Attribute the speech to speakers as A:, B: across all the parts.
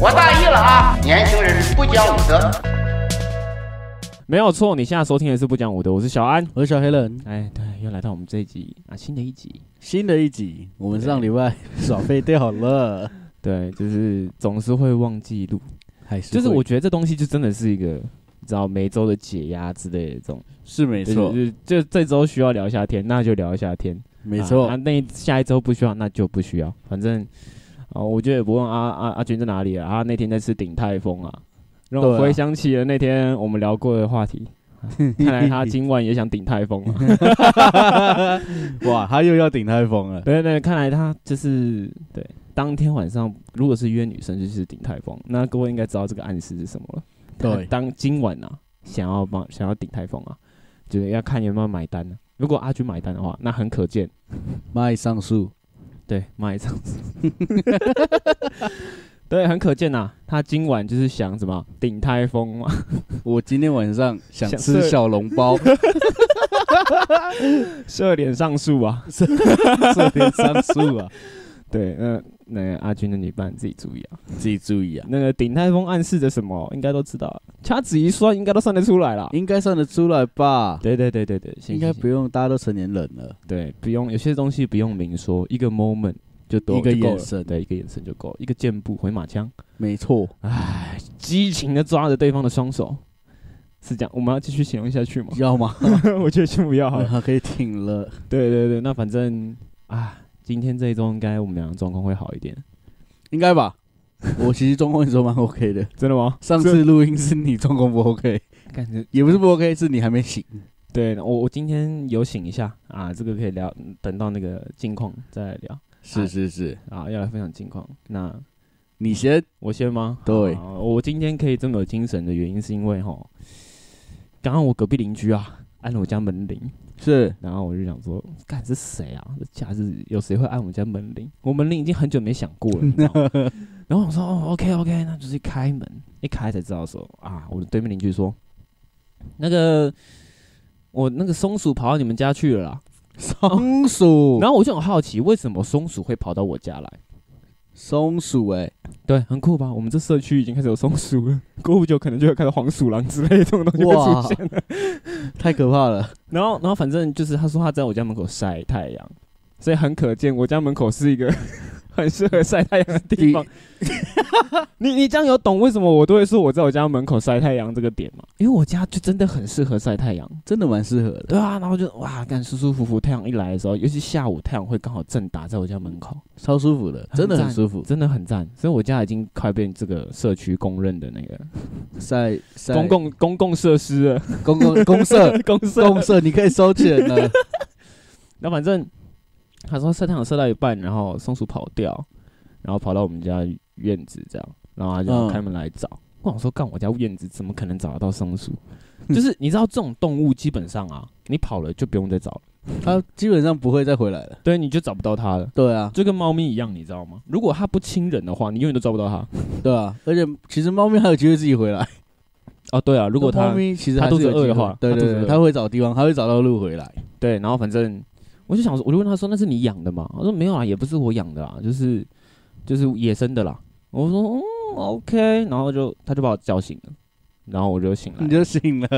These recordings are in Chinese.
A: 我大意了啊！年轻人不讲武德。
B: 没有错，你现在收听的是不讲武德，我是小安。
C: 我是小黑人。
B: 哎，对，又来到我们这一集啊，新的一集。
C: 新的一集，我们上礼拜耍废掉 了，
B: 对，就是总是会忘记录，
C: 还是
B: 就是
C: 会
B: 我觉得这东西就真的是一个，你知道每周的解压之类的这种。
C: 是没错
B: 就，是就这周需要聊一下天，那就聊一下天。
C: 没
B: 啊那
C: 错，
B: 那一下一周不需要，那就不需要。反正哦，我觉得也不问阿阿阿军在哪里啊，他那天在吃鼎泰丰啊，让
C: 对
B: 我
C: 啊
B: 回想起了那天我们聊过的话题。看来他今晚也想顶泰丰啊了。
C: 哇，他又要顶台风了，
B: 对对，看来他就是对。当天晚上如果是约女生，就是顶泰丰。那各位应该知道这个暗示是什么了。他
C: 对
B: 当今晚啊，想要帮想要顶泰丰啊，就是要看有没有买单呢、如果阿军买单的话，那很可见，
C: 卖上树，
B: 对，买上次， 对，很可见呐、他今晚就是想什么顶泰丰嘛，
C: 我今天晚上想
B: 想
C: 吃
B: 睡
C: 小笼 包，
B: 射脸上树啊。
C: 这边上树啊，
B: 对，那那个阿军的女伴自己注意啊。
C: 自己注意啊，
B: 那个顶泰丰暗示着什么，应该都知道，啊掐指一算，应该都算得出来啦。
C: 应该算得出来吧？
B: 对对对对对，行
C: 应该
B: 行
C: 不用，大家都成年人了，
B: 对，不用有些东西不用明说，一个 moment 就多
C: 一个
B: 就够
C: 眼
B: 了
C: 神
B: 对，一个眼神就够了，一个箭步回马枪，
C: 没错，
B: 激情的抓着对方的双手，是这样。我们要继续形容下去吗？
C: 要吗？
B: 我觉得先不要好了。
C: 可以挺了，
B: 对对对，那反正啊，今天这一周应该我们两个状况会好一点，
C: 应该吧？我其实状况一直都蛮 OK 的，
B: 真的吗？
C: 上次录音是你状况不 OK，
B: 感觉
C: 也不是不 OK，是你还没醒。
B: 对我我今天有醒一下啊，这个可以聊，嗯等到那个近况再来聊
C: 是是是，
B: 啊，要来分享近况。那
C: 你先
B: 我先吗？
C: 对
B: 好我今天可以这么有精神的原因是因为吼，刚刚我隔壁邻居啊按了我家门铃，
C: 是
B: 然后我就想说，干这谁啊？这假日有谁会按我家门铃？我门铃已经很久没响过了，你知道吗然后我说，哦，OK OK，那就是开门，一开才知道说啊，我的对面邻居说，那个我那个松鼠跑到你们家去了啦。
C: 松鼠，
B: 然后我就很好奇，为什么松鼠会跑到我家来？
C: 松 鼠哎、
B: 对，很酷吧？我们这社区已经开始有松鼠了， 过不久可能就会开始黄鼠狼之类的这种东西会
C: 哇
B: 出现了。
C: 太可怕了！
B: 然后，然后反正就是他说他在我家门口晒太阳，所以很可见我家门口是一个 很适合晒太阳的地方。你你这样有懂为什么我都会说我在我家门口晒太阳这个点吗？因为我家就真的很适合晒太阳。
C: 真的蛮适合的，
B: 对啊，然后就哇，干舒舒服服，太阳一来的时候，尤其下午太阳会刚好正打在我家门口，
C: 超舒服的，真的很
B: 赞
C: 舒服。
B: 真的很赞。所以我家已经快变这个社区公认的那个
C: 晒晒
B: 公共公共设施 了，
C: 公共公社
B: 公社
C: 公社，你可以收钱了。
B: 那反正他说晒太阳晒到一半，然后松鼠跑掉，然后跑到我们家院子这样，然后他就
C: 嗯
B: 开门来找。我想说，干我家院子怎么可能找得到松鼠？就是你知道这种动物基本上啊，你跑了就不用再找了，
C: 他基本上不会再回来了。
B: 对，你就找不到它了。
C: 对啊，
B: 就跟猫咪一样，你知道吗？如果它不亲人的话，你永远都抓不到它。
C: 对啊，而且其实猫咪还有机会自己回来。
B: 哦，对啊，如果
C: 猫
B: 它
C: 咪其实
B: 它
C: 还是
B: 肚子
C: 有机
B: 饿的
C: 会
B: 话
C: 对
B: 它肚子
C: 对对，
B: 饿哎
C: 它会找地方，它会找到路回来。
B: 对，然后反正我就想说，我就问他说：“那是你养的吗？”他说：“没有啊，也不是我养的啊，就是就是野生的啦。”我说：“嗯，OK。”然后就他就把我叫醒了，然后我就醒
C: 你
B: 来，
C: 就醒了，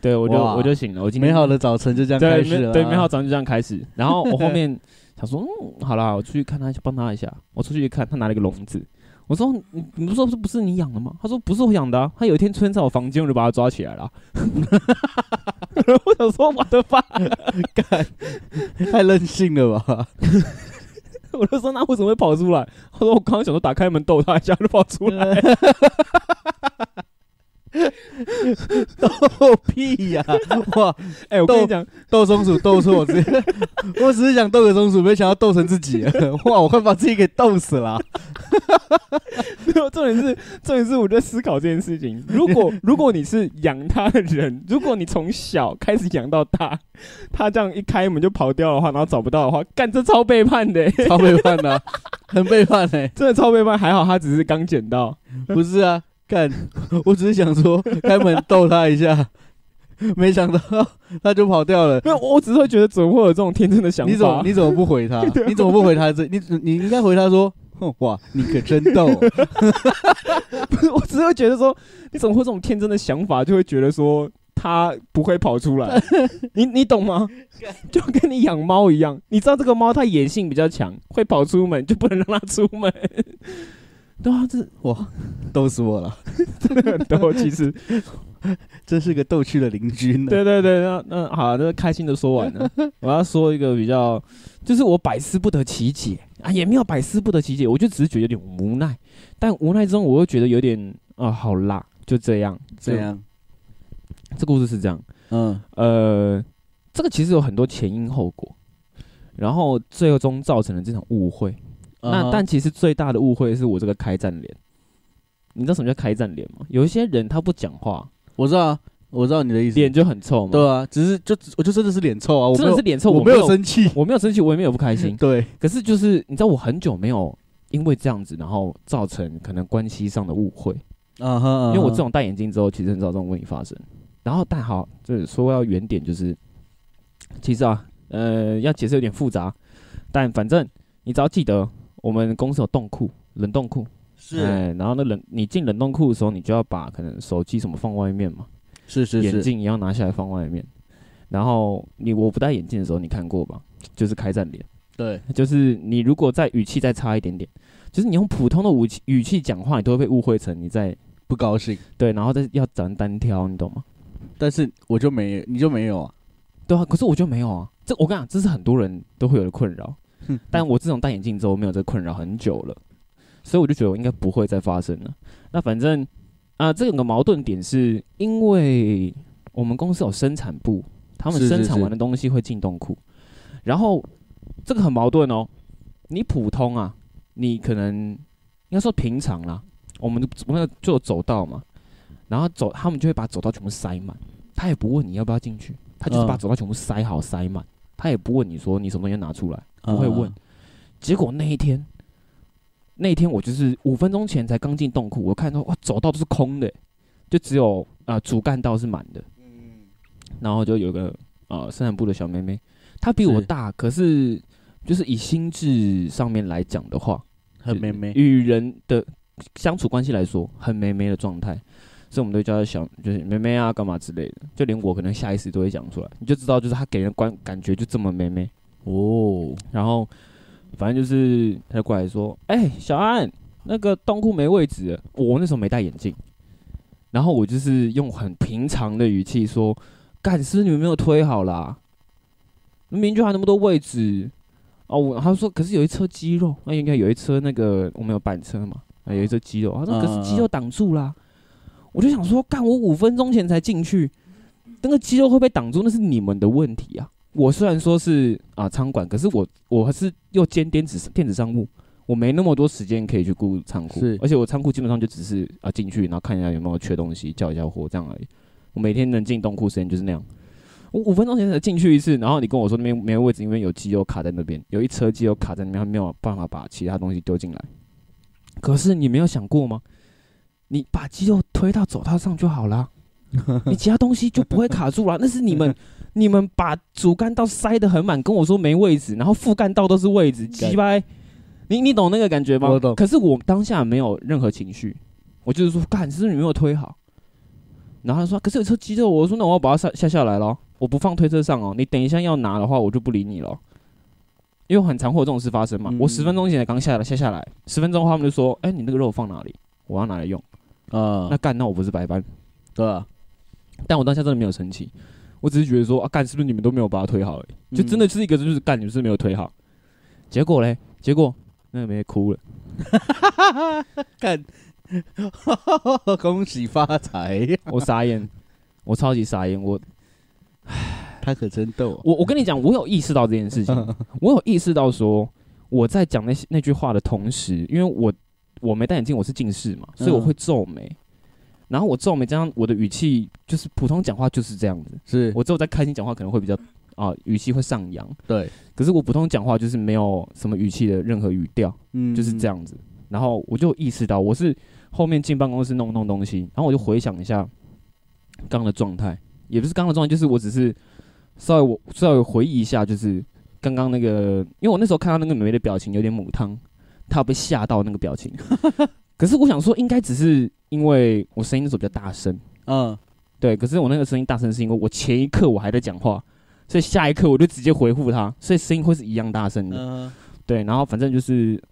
B: 对我就
C: 哇
B: 我就醒了。我今天
C: 美好的早晨就这样
B: 对
C: 开始了。
B: 美
C: 啊
B: 对美好，早上就这样开始。然后 我后面想说：“嗯，好啦，我出去看他，帮他一下。”我出去一看，他拿了一个笼子。我说你你不是说不是你养的吗？他说不是我养的、啊，他有一天出现在我房间，我就把他抓起来了。啊 我想说我的妈！
C: 太任性了吧？
B: 我就说那为什么会跑出来？他说我刚刚想说打开门逗他一下，就跑出来。
C: 逗屁呀！哇，
B: 哎、我跟
C: 逗
B: 你讲，
C: 斗松鼠斗错，我直接， 我只是想斗个松鼠，没想到斗成自己了。哇，我快把自己给斗死 了。啊
B: 重点是重点是我在思考这件事情。如 果如果你是养它的人，如果你从小开始养到大，它这样一开门就跑掉的话，然后找不到的话，干这超背叛的、欸
C: 超背叛的啊、很背叛哎、
B: 真的超背叛。还好他只是刚捡到，
C: 不是啊，干，我只是想说开门逗他一下，没想到他就跑掉了。
B: 没有，我只是会觉得怎么会有这种天真的想法？ 啊
C: 你怎么你怎么不回他？你怎么不回他这？你你应该回他说，哇，你可真逗！
B: 不 是，我只是会觉得说，你怎么会有这种天真的想法，就会觉得说它不会跑出来，你你懂吗？就跟你养猫一样，你知道这个猫它野性比较强，会跑出门，就不能让它出门。对啊，这
C: 哇，逗死我了，
B: 真的很逗。其实，
C: 真是个逗趣的邻居呢。
B: 对对对，那那好，啊那开心的说完了。我要说一个比较，就是我百思不得其解啊，也没有百思不得其解，我就只是觉得有点无奈，但无奈中我又觉得有点啊，好啦，就这样，
C: 这。样，
B: 这故事是这样，
C: 嗯，
B: 呃，这个其实有很多前因后果，然后最终造成了这场误会。
C: 嗯啊
B: 那但其实最大的误会是我这个开战脸。你知道什么叫开战脸吗？有一些人他不讲话，
C: 我知道啊，我知道你的意思。
B: 脸就很臭嘛。
C: 对啊，只是就我就真的是脸臭啊，我没
B: 真的
C: 有
B: 是脸臭，
C: 我
B: 我
C: 没
B: 有
C: 有，生气。。
B: 我没有生气，我也没有不开心
C: 嗯对，
B: 可是就是你知道，我很久没有因为这样子，然后造成可能关系上的误会。
C: 啊哈，啊哈
B: 因为我自从戴眼镜之后，其实很少这种问题发生。然后但好，就是说到原点，就是其实啊，呃，要解释有点复杂，但反正你只要记得，我们公司有冻库，冷冻库，
C: 是
B: 哎，然后那冷你进冷冻库的时候，你就要把可能手机什么放外面嘛，
C: 是是
B: 眼
C: 是，
B: 镜也要拿下来放外面。然后你我不戴眼镜的时候，你看过吧？就是开战脸，
C: 对，
B: 就是你如果在语气再差一点点，就是你用普通的语气语气讲话，你都会被误会成你在
C: 不高兴。
B: 对，然后再要找人单挑，你懂吗？
C: 但是我就没，你就没有啊？
B: 对啊，可是我就没有啊。这我跟你讲，这是很多人都会有的困扰。
C: 哼
B: 但我自从戴眼镜之后，没有这个困扰很久了，所以我就觉得我应该不会再发生了。那反正啊、这个矛盾点是因为我们公司有生产部，他们
C: 是是
B: 生产
C: 是
B: 完的东西会进冻库，然后这个很矛盾哦。你普通啊，你可能应该说平常啦，我们我们就有走道嘛，然后走他们就会把走道全部塞满，他也不问你要不要进去，他就是
C: 嗯
B: 把走道全部塞好塞满，他也不问你说你什么东西要拿出来。
C: 不
B: 会问结果那一天，那一天我就是五分钟前才刚进洞库，我看到哇，走道都是空的，就只有啊、呃主干道是满的。
C: 嗯
B: 然后就有个呃生产部的小妹妹，她比我
C: 是
B: 大，可是就是以心智上面来讲的话，
C: 很妹妹。
B: 与人的相处关系来说，很妹妹的状态，所以我们都会叫她小，就是妹妹啊，干嘛之类的。就连我可能下意识都会讲出来，你就知道，就是她给人观感觉就这么妹妹。
C: 哦，
B: 然后反正就是他就过来说：“哎、小安，那个洞库没位置了。”我那时候没戴眼镜，然后我就是用很平常的语气说：“干，是不是你们没有推好啦？明明就还有那么多位置哦。”我他说：“可是有一车鸡肉，那应该有一车那个我们有板车嘛，啊有一车鸡肉。”他说：“可是鸡肉挡住啦。我就想说，干，我五分钟前才进去，那个鸡肉会被挡住，那是你们的问题啊。我虽然说是啊仓管，可是我我还是又兼电子电子商务，我没那么多时间可以去顾仓库
C: 是，
B: 而且我仓库基本上就只是啊进去，然后看一下有没有缺东西，叫一下货这样而已。我每天能进冻库时间就是那样。我五分钟前才进去一次，然后你跟我说那边没有位置，因为有鸡肉卡在那边，有一车鸡肉卡在那边，他没有办法把其他东西丢进来。可是你没有想过吗？你把肌肉推到走道上就好 啦，你其他东西就不会卡住啦。那是你们，你们把主干道塞得很满，跟我说没位置，然后副干道都是位置，鸡掰！你你懂那个感觉吗？
C: 我懂
B: 可是我当下没有任何情绪，我就是说，干，是不是你没有推好？然后他说，啊可是有车肌肉，我说那我要把它下下下来咯，我不放推车上哦。你等一下要拿的话，我就不理你了。因为很常会有这种事发生嘛。
C: 嗯
B: 我十分钟前才刚下来，下下来，十分钟后他们就说：“哎、你那个肉放哪里？我要拿来用。
C: 啊
B: 那，干，那我不是白班？
C: 对啊，
B: 但我当下真的没有生气，我只是觉得说啊，干是不是你们都没有把它推好、欸？就
C: 嗯
B: 真的是一个就是干，你们是不是没有推好。结果嘞，结果那个妹妹哭了。
C: 干， 恭喜发财，
B: 我傻眼， 我超级傻眼。我
C: 他可真逗啊。
B: 我我跟你讲，我有意识到这件 事情，我有意识到说我在讲那些那句话的同时，因为我我没戴眼镜，我是近视嘛，所以我
C: 嗯
B: 会皱眉。然后我皱眉，加上我的语气，就是普通讲话就是这样子。
C: 是，
B: 我只有在开心讲话可能会比较啊、语气会上扬，
C: 对，
B: 可是我普通讲话就是没有什么语气的任何语调，
C: 嗯
B: 就是这。样子。然后我就意识到，我是后面进办公室弄弄东西，然后我就回想一下刚刚的状态，也不是刚刚的状态，就是我只是稍微我稍微回忆一下，就是刚刚那个，因为我那时候看到那个美眉的表情有点母汤，他有被吓到那个表情。 可是我想说，应该只是因为我声音那时候比较大声，
C: 嗯，
B: 对。可是我那个声音大声是因为我前一刻我还在讲话，所以下一刻我就直接回复他，所以声音会是一样大声的。
C: 嗯
B: 对，然后反正就是，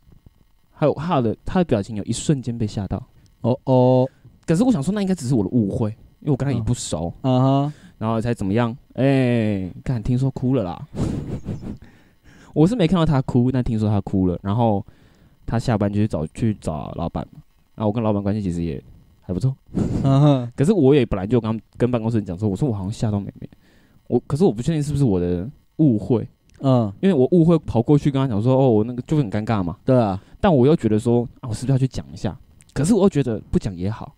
B: 还有他的他的表情有一瞬间被吓到，
C: 哦哦，
B: 可是我想说那应该只是我的误会，因为我跟他也
C: 嗯
B: 不熟，
C: 啊哈，
B: 然后才怎么样？哎、看听说哭了啦， 我是没看到他哭，但听说他哭了，然后他下班就去找去找老板嘛，啊，我跟老板关系其实也还不错，
C: 嗯哼，
B: 可是我也本来就跟他们跟办公室人讲说，我说我好像吓到妹妹，我可是我不确定是不是我的误会，
C: 嗯，
B: 因为我误会跑过去跟他讲说，哦，我那个就很尴尬嘛。
C: 对啊，
B: 但我又觉得说啊，我是不是要去讲一下？可是我又觉得不讲也好，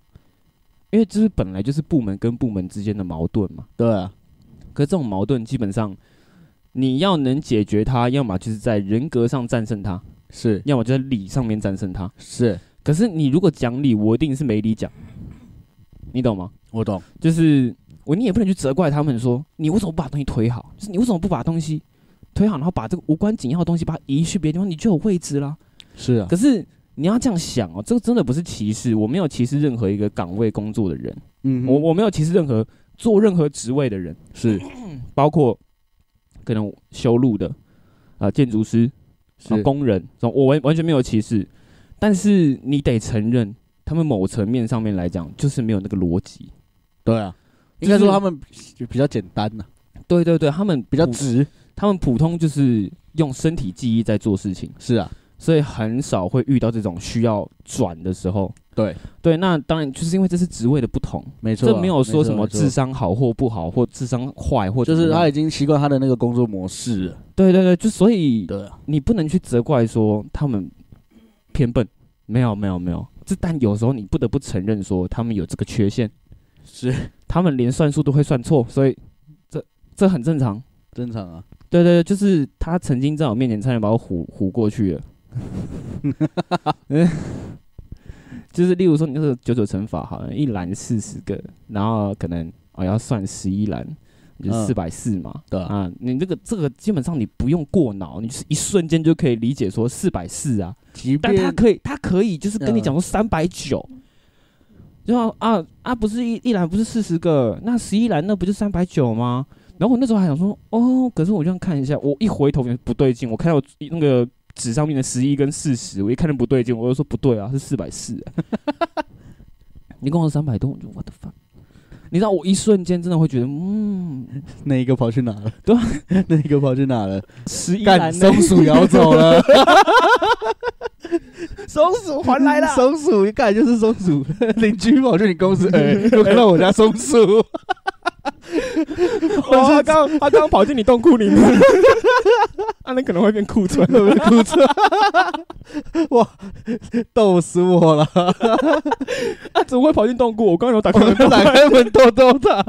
B: 因为这是本来就是部门跟部门之间的矛盾嘛。
C: 对啊，
B: 可是这种矛盾基本上，你要能解决它，要么就是在人格上战胜它，
C: 是
B: 要么就在理上面战胜它。
C: 是，
B: 可是你如果讲理，我一定是没理讲，你懂吗？
C: 我懂，
B: 就是我你也不能去责怪他们说你为什么不把东西推好，就是你为什么不把东西推好，然后把这个无关紧要的东西把它移去别的地方，你就有位置啦。
C: 是啊，
B: 可是你要这样想哦，这个真的不是歧视，我没有歧视任何一个岗位工作的人，
C: 嗯
B: 我我没有歧视任何做任何职位的人，
C: 是
B: 包括可能修路的、啊、建筑师、啊、
C: 是
B: 工人，这种我完完全没有歧视。但是你得承认，他们某层面上面来讲，就是没有那个逻辑。
C: 对啊，
B: 就是嗯
C: 应该说他们比比较简单呐，
B: 对对对，他们
C: 比较
B: 普
C: 直，
B: 他们普通就是用身体记忆在做事情，
C: 是啊，
B: 所以很少会遇到这种需要转的时候。
C: 对，
B: 对，那当然就是因为这是职位的不同，
C: 没错啊，
B: 这没有说什么
C: 没错
B: 智，商好或不好，或智商坏，或
C: 没错就是
B: 怎么
C: 他
B: 样
C: 已经习惯他的那个工作模式了，
B: 对对对，就所以
C: 对啊，
B: 你不能去责怪说他们偏笨，没有没有没有，这但有时候你不得不承认说他们有这个缺陷，
C: 是
B: 他们连算数都会算错，所以这这很正常。
C: 正常啊，
B: 对对对，就是他曾经在我面前差点把我唬唬过去了。嗯就是例如说，你那个九九乘法，好像一栏四十个，然后可能哦要算十一栏，就
C: 嗯
B: 四百四嘛。
C: 对啊
B: 啊，你这个这个基本上你不用过脑，你就是一瞬间就可以理解说四百四啊。
C: 即
B: 但他
C: 便
B: 可以，他可以就是跟你
C: 嗯
B: 讲说三百九，就说啊啊，不是一一栏不是四十个，那十一栏那不就三百九吗？然后我那时候还想说，哦，可是我这样看一下，我一回头不对劲，我看到那个纸上面的十一跟四十，我一看就不对劲，我就说不对啊，是四百四。 你跟我三百多，我就 what the fuck？你知道我一瞬间真的会觉得，嗯，
C: 那一个跑去哪了？
B: 对啊，
C: 那一个跑去哪了？
B: 十一
C: 干
B: 栏
C: 松鼠咬走了，，
B: 松鼠 还来了
C: 松鼠一看就是松 鼠，邻居跑去你公司，哎、又看到我家松鼠，
B: 哦他刚 他刚跑进你洞窟里面， 啊，那可能会变库存。
C: 有没有哭 出来？哇，逗死我了！
B: 他怎么会跑进洞窟？我刚刚有打
C: 我
B: 开
C: 们
B: 门，
C: 打开门逗 逗它，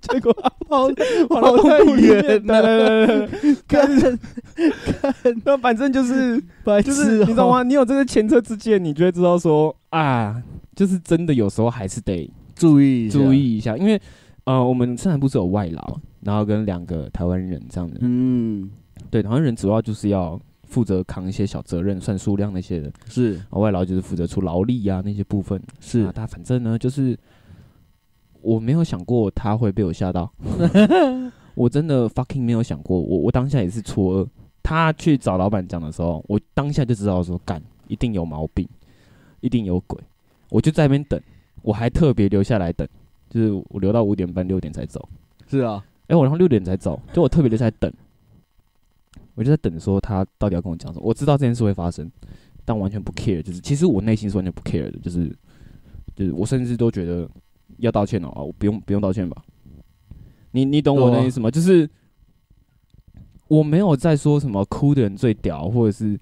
B: 结果
C: 跑
B: 跑
C: 跑
B: 到
C: 太
B: 洞窟里面。
C: 远
B: 对
C: 了，
B: 对对对，
C: 看
B: 那反正就是
C: 白
B: 就
C: 痴、
B: 是，你知道？吗？你有这个前车之鉴，你就会知道说啊，就是真的有时候还是得
C: 注意
B: 注，意一下，因为呃，我们生产部是有外劳，然后跟两个台湾人这样的，
C: 嗯，
B: 对，台湾人主要就是要负责扛一些小责任，算数量那些的，
C: 是
B: 啊外劳就是负责出劳力啊那些部分。
C: 是
B: 啊，，他反正呢，就是我没有想过他会被我吓 到，我真的 fucking 没有想过，我我当下也是错愕。他去找老板讲的时候，我当下就知道说，干一定有毛病，一定有鬼。我就在那边等，我还特别留下来等，就是我留到五点半六点才走。
C: 是啊，
B: 哎、我然后六点才走，就我特别留下来等，我就在等说他到底要跟我讲什么。我知道这件事会发生，但完全不 care，就是其实我内心是完全不 care 的，就是就是我甚至都觉得要道歉哦，啊我不用不用道歉吧？你你懂我的意思吗？就是我没有在说什么哭的人最屌，或者是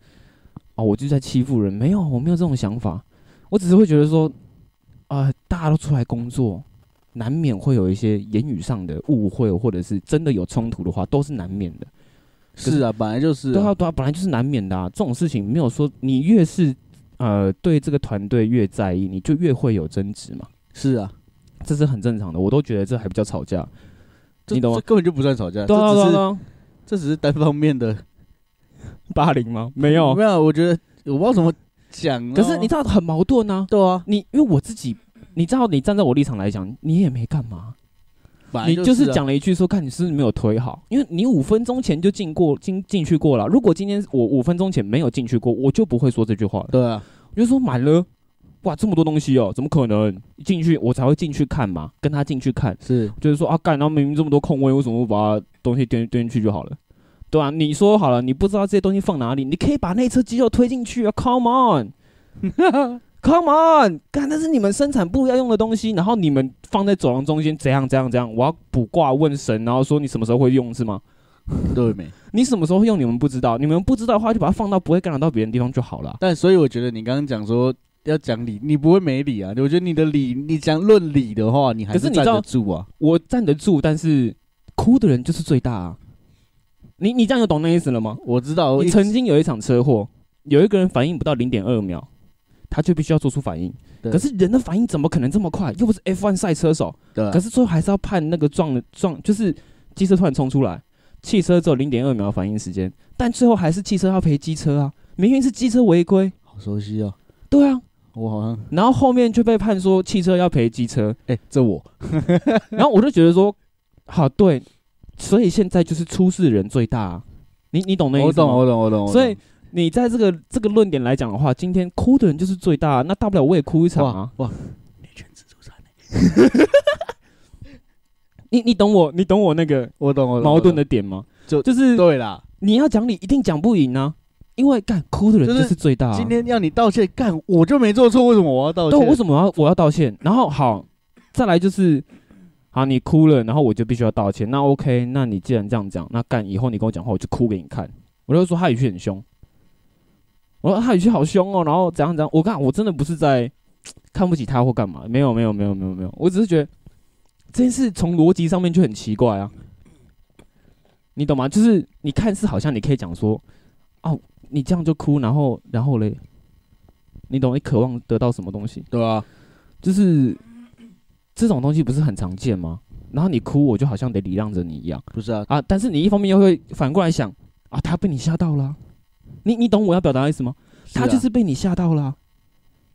B: 啊我就在欺负人，没有，我没有这种想法，我只是会觉得说，啊、大家都出来工作，难免会有一些言语上的误会，或者是真的有冲突的话，都是难免的。
C: 是啊，本来就是、
B: 对啊，对啊，本来就是难免的啊。这种事情没有说你越是呃对这个团队越在意，你就越会有争执嘛，
C: 是啊，
B: 这是很正常的。我都觉得这还不叫吵架，
C: 这
B: 你懂
C: 这
B: 吗？
C: 根本就不算吵架，
B: 对啊，对啊
C: 这只
B: 对
C: 是
B: 啊，
C: 这只是单方面的
B: 嗯霸凌吗？没有啊
C: 没，有，我觉得我不知道怎么讲哦。
B: 可是你知道很矛盾啊，
C: 对啊，
B: 你因为我自己，你知道你站在我立场来讲，你也没干嘛，
C: 本来
B: 你就是
C: 啊
B: 讲了一句说，看你是不是没有推好，因为你五分钟前就进过进进去过了。如果今天我五分钟前没有进去过，我就不会说这句话了。
C: 对啊，
B: 我就说买了，哇，这么多东西哦，怎么可能进去我才会进去看嘛？跟他进去看，
C: 是
B: 就是说啊，干，然后明明这么多空位，为什么不把东西丢丢进去就好了？对啊，你说好了，你不知道这些东西放哪里，你可以把那车肌肉推进去啊，Come on，Come on，干，那是你们生产部要用的东西，然后你们放在走廊中间，怎样怎样怎样，我要卜卦问神，然后说你什么时候会用是吗？
C: 对没？
B: 你什么时候会用你们不知道，你们不知道的话就把它放到不会干扰到别人的地方就好了。
C: 但所以我觉得你刚刚讲说要讲理，你不会没理啊。我觉得你的理，你讲论理的话，你还
B: 可是你
C: 站
B: 知
C: 得
B: 道
C: 住啊。
B: 我站得住，但是哭的人就是最大啊。你你这样有懂那意思了吗？
C: 我知道，我
B: 你哦
C: 一
B: 曾经有一场车祸，有一个人反应不到零点二秒，他就必须要做出反应。
C: 对
B: 可是人的反应怎么可能这么快？又不是 F1 赛车手。
C: 对啊
B: 可是最后还是要判那个撞的撞，就是机车突然冲出来，汽车只有零点二秒反应时间，但最后还是汽车要赔机车啊，明明是机车违规。
C: 好熟悉哦，
B: 对啊，
C: 我好像
B: 然后后面就被判说汽车要赔机 车，
C: 哎，这我
B: 然后我就觉得说，好对，所以现在就是出事人最大、啊，你你懂那意思吗？
C: 我懂，我懂，我懂。我
B: 所以
C: 懂
B: 你在这个这个论点来讲的话，今天哭的人就是最大啊，那大不了我也哭一场
C: 哇
B: 啊。
C: 哇，
B: 你你懂我，你懂我那个
C: 我懂，我懂。
B: 矛盾
C: 我
B: 的点吗？
C: 就
B: 就是
C: 懂对啦，
B: 你要讲理，一定讲不赢啊，因为干哭的人
C: 就是
B: 就是最大啊、
C: 今天要你道歉，干我就没做错，为什么我要道
B: 对，
C: 歉？
B: 为什么我要我要道歉？然后好，再来就是，好，你哭了，然后我就必须要道歉。那 OK，那你既然这样讲，那干以后你跟我讲话，我就哭给你看。我就说他语气很凶，我说他语气好凶哦，然后怎样怎样。我看我真的不是在看不起他或干嘛，没有没有没有没有没有，我只是觉得这件事从逻辑上面就很奇怪啊，你懂吗？就是你看似好像你可以讲说，哦，你这样就哭，然后然后嘞，你懂？你渴望得到什么东西？
C: 对啊，
B: 就是这种东西不是很常见吗？然后你哭，我就好像得礼让着你一样
C: 不是啊，
B: 啊。但是你一方面又会反过来想啊，他被你吓到了啊、你你懂我要表达的意思吗？他
C: 啊
B: 就是被你吓到了啊、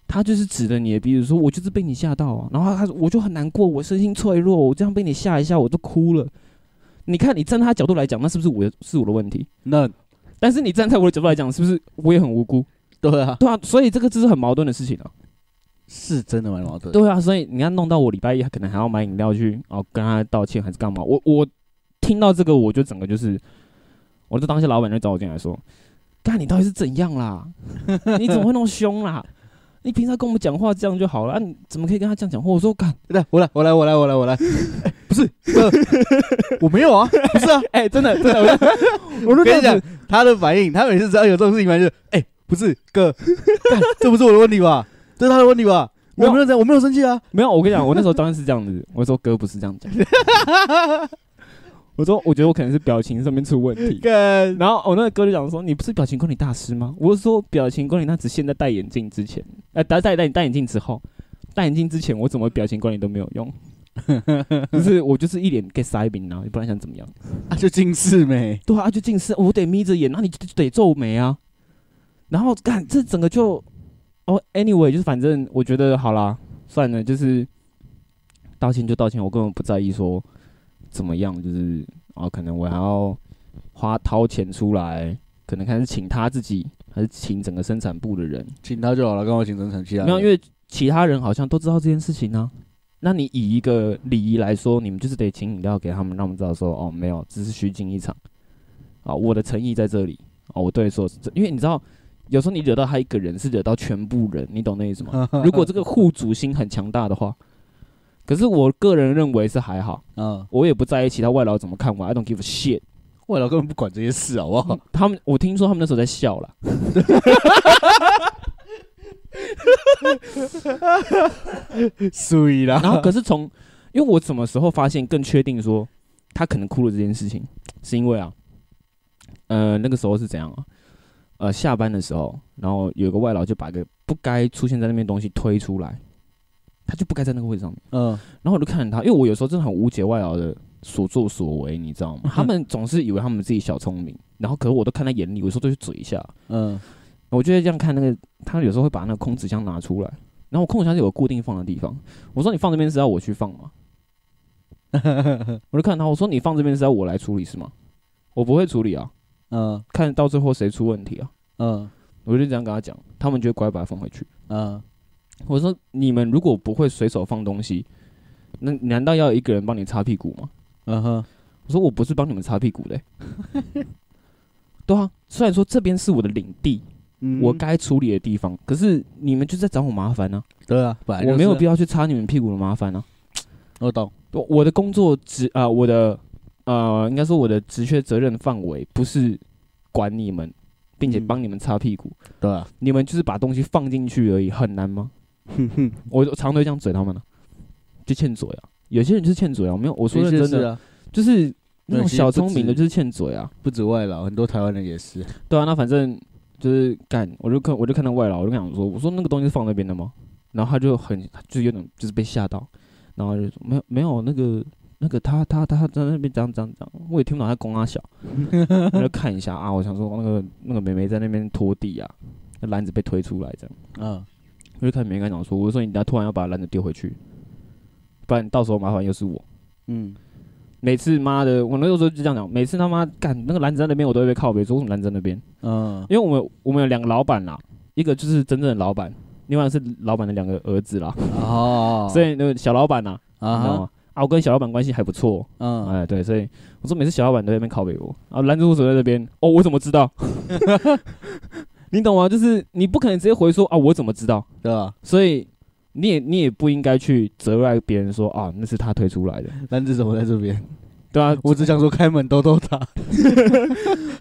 B: 他就是指着你的鼻子说，我就是被你吓到啊。然后他我就很难过，我身心脆弱，我这样被你吓一下，我都哭了。你看，你站他角度来讲，那是不是我的是我的问题？
C: 那
B: 但是你站在我的角度来讲，是不是我也很无辜？
C: 对啊，
B: 对啊，所以这个就是很矛盾的事情啊。
C: 是真的蛮矛盾的。
B: 对啊，所以你看弄到我礼拜一可能还要买饮料去哦跟他道歉还是干嘛？我我听到这个我就整个就是，我就当下老板就找我进来说，干你到底是怎样 啦？你怎么会那么凶啦？你平常跟我们讲话这样就好了，啊、你怎么可以跟他这样讲话？我说干，
C: 来，我来，我来，我来，我来，我来，不是，呃我没有啊，不是啊，
B: 哎、真的真的，我就 我就这
C: 跟你
B: 样
C: 讲
B: 子，，
C: 他的反应，他每次只要有这种事情，反正就是，哎、不是哥，干这不是我的问题吧？这是他的问题吧？
B: 没
C: 我
B: 有
C: 没有这样，我没有生气啊。
B: 没有，我跟你讲，我那时候当然是这样子，我说哥不是这 样讲，我说我觉得我可能是表情上面出问题。
C: 干，
B: 然后我那个哥就讲说：“你不是表情管理大师吗？”我是说表情管理，那只限在戴眼镜之前，呃，戴戴戴戴眼镜之后，戴眼镜之前我怎么表情管理都没有用， 就是我就是一脸 get 塞饼啊，你不然想怎么样？
C: 啊，就近视没？
B: 对啊，就近视，我得眯着眼，那你就就得皱眉啊。然后看这整个就，哦，anyway，就是反正我觉得好啦，算了，就是道歉就道歉，我根本不在意说怎么样，就是哦，可能我还要花掏钱出来，可能看是请他自己，还是请整个生产部的人，
C: 请他就好了，干嘛请真诚气啊？
B: 没有， 因为其他人好像都知道这件事情呢、那你以一个礼仪来说，你们就是得请饮料给他们，让他们知道说，哦，没有，只是虚惊一场。啊，我的诚意在这里。啊，我对说，因为你知道，有时候你惹到他一个人，是惹到全部人，你懂那意思
C: 嗯
B: 吗？如果这个护主心很强大的话，可是我个人认为是还好，
C: 啊，
B: 我也不在意其他外劳怎么看我，I don't give a shit。哦
C: 外老根本不管这些事，好不好？
B: 他们，我听说他们那时候在笑啦。
C: 所以 啦，
B: 然后可是从，因为我什么时候发现更确定说他可能哭了这件事情，是因为啊，呃，那个时候是怎样啊？呃，下班的时候，然后有个外劳就把一个不该出现在那边的东西推出来，他就不该在那个位置上面。
C: 嗯，
B: 然后我就看着他，因为我有时候真的很无解外劳的所作所为，你知道吗？他们总是以为他们自己小聪明，然后可是我都看在眼里，我有时候都去嘴一下。
C: 嗯，
B: 我就会这样看那个，他有时候会把那个空纸箱拿出来，然后我空纸箱是有固定放的地方。我说你放这边是要我去放吗？我就看他，我说你放这边是要我来处理是吗？我不会处理啊，
C: 嗯
B: 看到最后谁出问题啊，
C: 嗯
B: 我就这样跟他讲，他们就会乖把它放回去。
C: 嗯，
B: 我说你们如果不会随手放东西，那难道要一个人帮你擦屁股吗？
C: 嗯哼，
B: 我说我不是帮你们擦屁股的欸、 对啊，虽然说这边是我的领地，
C: 嗯
B: 我该处理的地方，可是你们就在找我麻烦呢、
C: 对啊，本来
B: 我没有必
C: 要，
B: 要去哎擦你们屁股的麻烦啊呢、
C: 我懂，
B: 我我的工作职啊、我的呃，应该说我的职缺责任范围不是管你们，并且
C: 嗯
B: 帮你们擦屁股，
C: 对啊，
B: 你们就是把东西放进去而已，很难吗？
C: 哼哼，
B: 我我常都会这样嘴他们呢、啊就欠嘴啊。有些人就是欠嘴啊，没有我说认真
C: 确实
B: 的，
C: 啊，
B: 就是那种
C: 对其实
B: 小
C: 不
B: 聪明的，
C: 止
B: 就是欠嘴啊。
C: 不止外劳，很多台湾人也是，
B: 对啊，那反正就是干，我就看我就看到外劳，我就跟他讲说，我说那个东西是放那边的吗？然后他就很就有点就是被吓到，然后他就说没有没有那个那个他他他在那边这样这样这样，我也听不懂他公阿小，我就看一下啊，我想说那个那个妹妹在那边拖地啊，那篮子被推出来这样，
C: 嗯
B: 我就看妹妹跟他讲说，我说你等下突然要把篮子丢回去，不然到时候麻烦又是我。
C: 嗯，
B: 每次妈的，我那时候就这样讲，每次他妈干那个篮子在那边，我都会被靠别说为什么篮子在那边。
C: 嗯
B: 因为我们我们有两个老板啦，一个就是真正的老板，另外是老板的两个儿子啦，
C: 哦，
B: 所以那个小老板呐、你
C: 啊
B: 知道
C: 哈，
B: 吗？啊，我跟小老板关系还不错，
C: 嗯，
B: 哎，对，所以我说每次小老板都在那边拷贝我，啊，拦住我手在那边，哦，我怎么知 道？你懂吗？就是你不可能直接回说啊，我怎么知道？
C: 对啊吧？
B: 所以你也你也不应该去责怪别人说啊，那是他推出来的，
C: 男子怎么在这边？
B: 对 啊，
C: 我只想说开门兜兜他，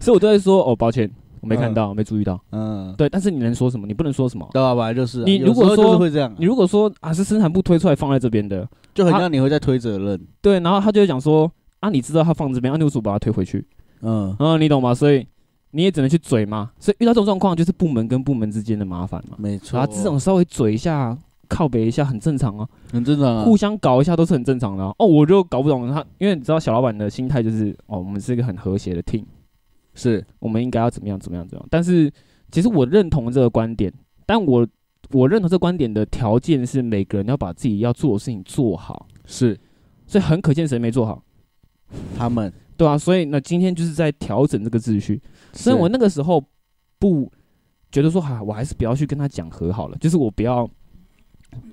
B: 所以我都会说哦，抱歉，我没看到，没注意到。
C: 嗯，
B: 对，但是你能说什么？你不能说什么。
C: 对吧？本来就是啊，
B: 你
C: 有
B: 如果
C: 时候就是
B: 说
C: 会这样啊，
B: 你如果说啊是生产部推出来放在这边的，
C: 就很
B: 他
C: 像你会在推责任，
B: 对，然后他就会讲说啊，你知道他放这边，啊，你为什么把他推回去？
C: 嗯，
B: 嗯，你懂吗？所以你也只能去嘴嘛。所以遇到这种状况，就是部门跟部门之间的麻烦嘛。
C: 没错，
B: 啊，这种稍微嘴一下、靠北一下很正常啊，
C: 很正常啊，
B: 互相搞一下都是很正常的啊、哦，我就搞不懂他，因为你知道小老板的心态就是哦，我们是一个很和谐的 team，
C: 是，
B: 我们应该要怎么样怎么样怎么样。但是其实我认同这个观点，但我我认同这观点的条件是每个人要把自己要做的事情做好，
C: 是
B: 所以很可见谁没做好。
C: 他们，
B: 对啊，所以那今天就是在调整这个秩序。所以
C: 是
B: 我那个时候不觉得说，哈、我还是不要去跟他讲和好了，就是我不要，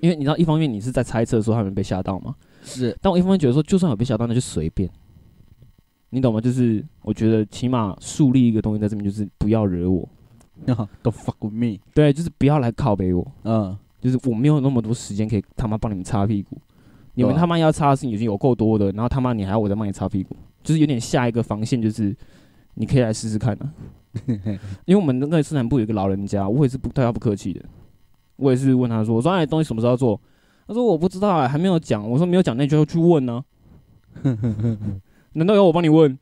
B: 因为你知道，一方面你是在猜测说他们被吓到嘛，
C: 是，
B: 但我一方面觉得说，就算有被吓到，那就随便，你懂吗？就是我觉得起码树立一个东西在这边，就是不要惹我，
C: 都 fuck with me，
B: 对，就是不要来靠背我，
C: 嗯，
B: 就是我没有那么多时间可以他妈帮你们擦屁股，你们
C: 对啊
B: 他妈要擦的事情已经有够多的，然后他妈你还要我再帮你擦屁股，就是有点下一个防线，就是你可以来试试 看啊。因为我们那个生产部有一个老人家，我也是不对他不客气的，我也是问他说，我说哎东西什么时候要做？他说我不知道、啊，还没有讲。我说没有讲，那你就去问 呢、难道要我帮你问？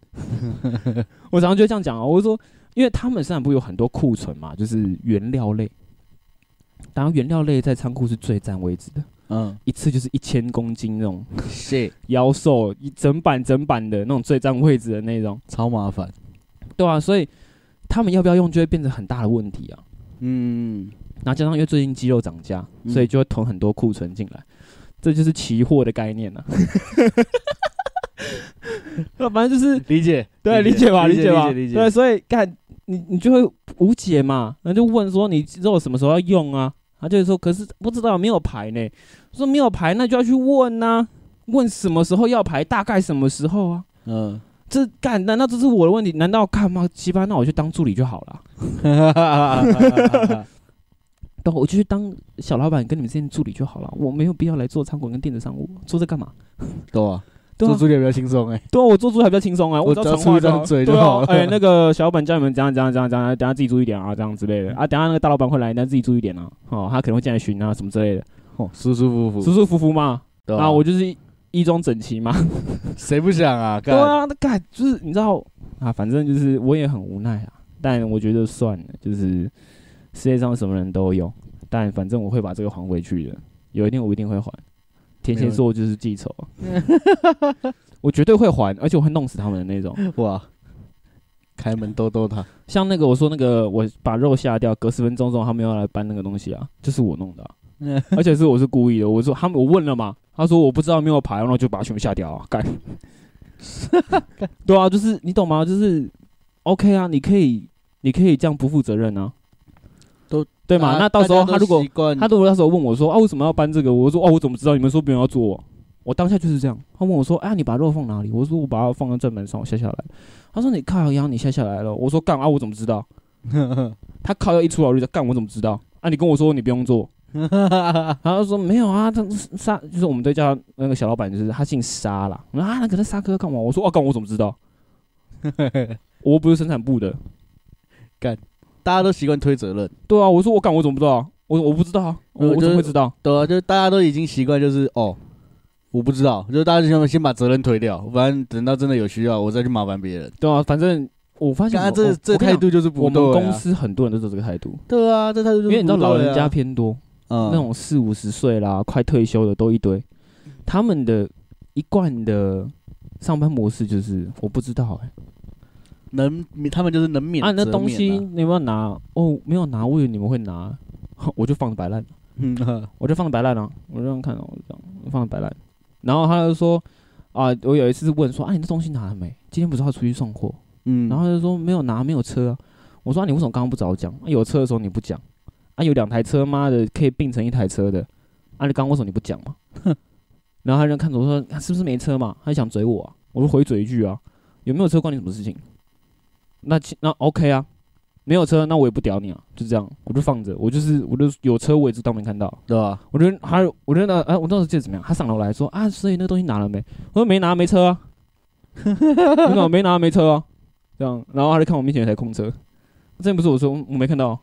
B: 我常常就会这样讲啊，我就说，因为他们生产部有很多库存嘛，就是原料类，当然原料类在仓库是最占位置的，
C: 嗯，
B: 一次就是一千公斤那种
C: 是
B: 妖兽，一整版整版的那种最占位置的那种，
C: 超麻烦，
B: 对啊，所以他们要不要用就会变成很大的问题啊。
C: 嗯，
B: 然后加上因为最近鸡肉涨价，
C: 嗯
B: 所以就会囤很多库存进来，这就是期货的概念啊。 那反正就是
C: 理解，
B: 对，理解吧，
C: 嗯理
B: 解吧，
C: 理解，
B: 对，所以看你你就会无解嘛，那就问说你肉什么时候要用啊？他就会说，可是不知道没有排呢。我说没有排，那就要去问呐、问什么时候要排，大概什么时候啊？
C: 嗯，
B: 这干难道这是我的问题？难道看吗？鸡巴，那我去当助理就好了。
C: 啊
B: 等我就去当小老板，跟你们之间的助理就好了。我没有必要来做餐馆跟电子商务，做这干嘛？
C: 对啊，
B: 对啊
C: 做助理比较轻松哎，
B: 对啊，我做助理还比较轻松啊，
C: 我
B: 只
C: 只要
B: 传话
C: 出一张
B: 好
C: 嘴
B: 对
C: 就
B: 啊
C: 好了
B: 哎、那个小老板叫你们怎样怎样怎样怎样，等下自己注意点啊，这样之类的啊。等下那个大老板会来，但自己注意点啊。哦，他可能会进来巡啊，什么之类的，
C: 哦舒舒服服，
B: 舒舒服服嘛。
C: 对
B: 啊，我就是衣装整齐嘛。
C: 谁不想啊？
B: 对
C: 干，
B: 啊，那干就是你知道啊，反正就是我也很无奈啊，但我觉得算了，就是世界上什么人都有，但反正我会把这个还回去的，有一天我一定会还。天蝎座就是记仇，我绝对会还，而且我会弄死他们的那种。
C: 哇，开门逗逗他，
B: 像那个我说那个，我把肉下掉，隔十分钟之后他们要来搬那个东西啊，就是我弄的 啊、
C: 嗯
B: 而且是我是故意的。我说他们，我问了嘛，他说我不知道没有牌，然后就把它全部下掉啊， 干。对啊，就是你懂吗？就是 OK 啊，你可以，你可以这样不负责任啊，
C: 都
B: 对嘛？
C: 啊
B: 那到时候
C: 大家
B: 他
C: 都
B: 如果
C: 习惯
B: 他如果那时候问我说啊为什么要搬这个，我说哦我怎么知道你们说别人要做我？我当下就是这样。他问我说啊你把肉放哪里？我说我把它放在正门上，我下下来。他说你靠腰你下下来了。我说干啊我怎么知道？他靠腰一出来我就在干我怎么知道？啊你跟我说你不用做，然后他说没有啊，他沙就是我们对叫他那个小老板就是他姓沙啦。我说啊那可是沙哥干嘛？我说哦、啊、干我怎么知 道？我又不是生产部的。
C: 大家都习惯推责任，
B: 对啊，我说我干我怎么不知道啊？我说我不知道啊，我
C: 我
B: 我
C: 觉
B: 怎么
C: 得
B: 会知道？
C: 对啊，就是大家都已经习惯，就是哦，我不知道，就是大家就想先把责任推掉，反正等到真的有需要，我再去麻烦别人。
B: 对啊，反正我发现
C: 刚
B: 我
C: 刚这
B: 我
C: 这
B: 我跟你
C: 态
B: 讲
C: 度就是
B: 我
C: 不
B: 们
C: 对
B: 公
C: 啊，
B: 司很多人都是这个态度，
C: 对啊，这态度就
B: 因
C: 是
B: 为你知道
C: 不对啊
B: 老人家偏多，
C: 嗯
B: 那种四五十岁啦、快退休的都一堆，他们的一贯的上班模式就是我不知道哎、
C: 能他们就是能免
B: 啊，那
C: 则
B: 东
C: 免
B: 西
C: 啊
B: 你们要拿哦，没有拿，我以为你们会拿， 我就放着摆烂，
C: 嗯呵
B: 我就放着摆烂啊，我就这样看啊，我就这样放着摆烂，然后他就说啊，我有一次问说啊，你这东西拿了没？今天不是要出去送货，
C: 嗯，
B: 然后他就说没有拿，没有车啊。我说、啊、你为什么刚刚不早讲、啊有车的时候你不讲啊？有两台车，妈的可以并成一台车的啊！你刚刚为什么你不讲嘛？ 然后他就看着我说、啊是不是没车嘛？他想嘴我啊？我说回嘴一句啊，有没有车关你什么事情？那其那 OK 啊，没有车那我也不屌你啊，就这样，我就放着，我就是我就有车我也是当没看到。
C: 对吧？
B: 我觉得他，我觉得哎、我当时记得怎么样？他上楼来说啊，所以那个东西拿了没？我说没拿，没车啊。 你怎么没拿，没车啊？这样，然后他就看我面前有台空车，之前不是我说我没看到，哦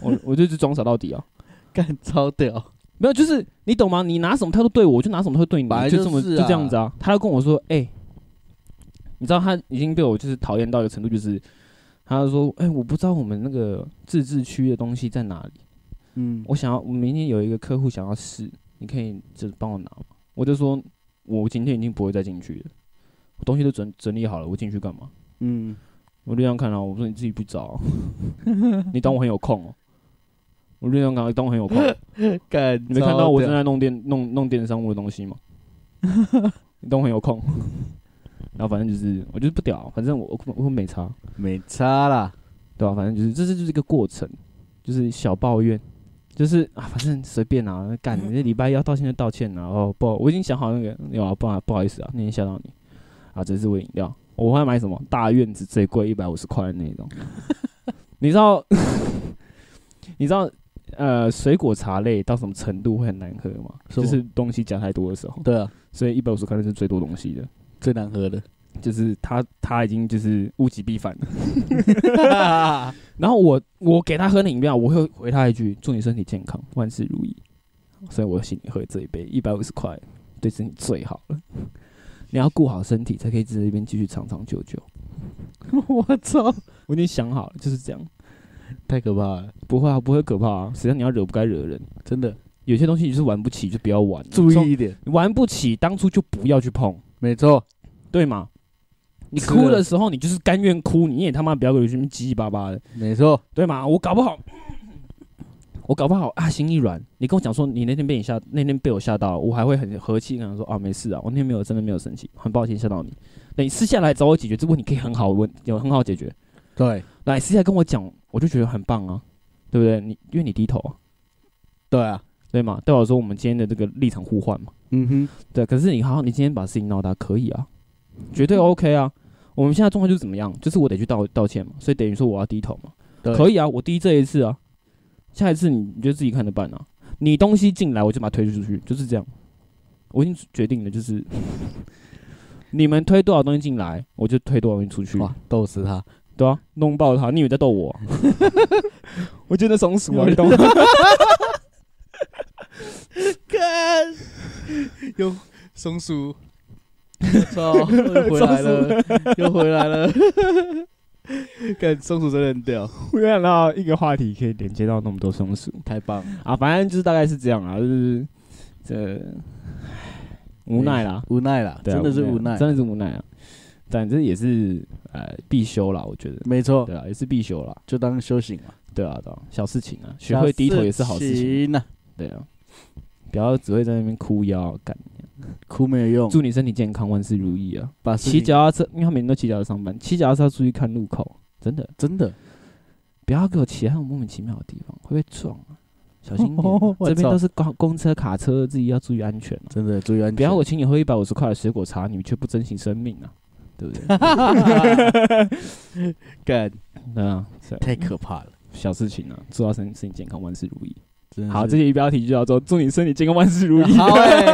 B: 我我就一直装傻到底啊。
C: 干超屌，
B: 没有，就是你懂吗？你拿什么态度对我，我就拿什么态度对你，
C: 本来
B: 就这么
C: 就是啊
B: 这样子啊。他就跟我说，哎、你知道他已经被我就是讨厌到一个程度，就是他就说，哎、我不知道我们那个自治区的东西在哪里。
C: 嗯，
B: 我想要，我明天有一个客户想要试，你可以就是帮我拿吗？我就说，我今天已经不会再进去了，我东西都整整理好了，我进去干嘛？
C: 嗯，
B: 我就这样看啊，我说你自己不找啊、 你当我很有空哦、我就这样看，当我很有空，
C: 干，
B: 你没看到我正
C: 真的
B: 在弄电弄弄电商务的东西吗？ 你当我很有空， 然后反正就是我就是不屌，啊反正我我我没差，啊
C: 没差啦，
B: 对吧、反正就是这这就是一个过程，就是小抱怨，就是啊，反正随便啊，干你这礼拜要道歉就道歉啊，哦不，我已经想好那个，有啊，不好不好意思啊，那天吓到你啊，这是我饮料，我还买什么大院子最贵一百五十块的那 种，你知道 你知道呃水果茶类到什么程度会很难喝吗？
C: 什
B: 就
C: 么
B: 是东西加太多的时候，
C: 对啊，
B: 所以一百五十块那是最多东西的，
C: 最难喝的，
B: 就是他他已经就是物极必反了。然后我我给他喝的饮料，我会回他一句：“祝你身体健康，万事如意。”所以我请你喝这一杯一百五十块，对身体最好了。 你要顾好身体，才可以在这边继续长长久久。
C: 我操，
B: 我已经想好了，就是这样，
C: 太可怕了，
B: 不会啊，不会可怕啊。只要你要惹不该惹的人，
C: 真的，
B: 有些东西你就是玩不起，就不要玩。
C: 注
B: 你
C: 意一点，
B: 说玩不起，当初就不要去碰，
C: 没错，
B: 对吗？你
C: 是
B: 哭
C: 的
B: 的时候，你就是甘愿哭，你也他妈不要给我这边叽叽巴巴的。
C: 没错，
B: 对嘛？我搞不好，我搞不好啊，心一软，你跟我讲说你那天被你吓，那天被我吓到，我还会很和气跟他说啊，没事啊，我那天没有真的没有生气，很抱歉吓到你。那你私下来找我解决这问题，可以很好问，有很好解决。
C: 对，
B: 那你私下跟我讲，我就觉得很棒啊，对不对？你因为你低头啊，
C: 对啊，
B: 对吗？代表说我们今天的这个立场互换嘛。
C: 嗯哼，
B: 对，可是你好，你今天把事情闹大，可以啊，绝对 OK 啊。我们现在状况就是怎么样，就是我得去道道歉嘛，所以等于说我要低头嘛。
C: 对
B: 可以啊，我低这一次啊，下一次你你就自己看着办啊。你东西进来，我就把它推出去，就是这样。我已经决定了，就是 你们推多少东西进来，我就推多少东西出去，
C: 哇，逗死他，
B: 对啊，弄爆他。你以为在逗我啊、 我真的松鼠啊，你懂吗？
C: 干，又松鼠，我操，又回来了，又回来了，干，松鼠真的很屌，
B: 我没想到一个话题可以连接到那么多松鼠。
C: 太棒了，
B: 啊，反正就是大概是这样啊，就是这唉无奈啦，
C: 无奈啦，
B: 对啊
C: 哎
B: 啊
C: 真的是无奈，啊
B: 真的是无奈啊。但这也是呃必修啦，我觉得，
C: 没错，
B: 对啊，也是必修啦，
C: 就当修行嘛，
B: 对啊，对啊，小事情啊，学会低头也是好事情，
C: 呐，
B: 对啊，不要只会在那边哭腰干。
C: 哭没有用，
B: 祝你身体健康，万事如意啊！
C: 哦把事
B: 骑
C: 情
B: 脚踏车，因为他每天都骑脚踏车上班，骑脚踏车要注意看路口， 真的，
C: 真的
B: 不要给我骑在那种莫名其妙的地方，会被撞啊！小心一点
C: 我
B: 啊，
C: 操
B: 这边都是公公车、卡车，自己要注意安全啊！
C: 真的注意安全，
B: 不要我请你喝一百五十块的水果茶，你却不珍惜生命啊！对不 对？
C: 干，
B: 对啊，是啊
C: 太可怕了，
B: 小事情啊，祝他身身体健康，万事如意。
C: 真的
B: 好，
C: 嗯
B: 这
C: 是
B: 期标题就叫做“祝你身体健康，万事如意
C: 好哎，”。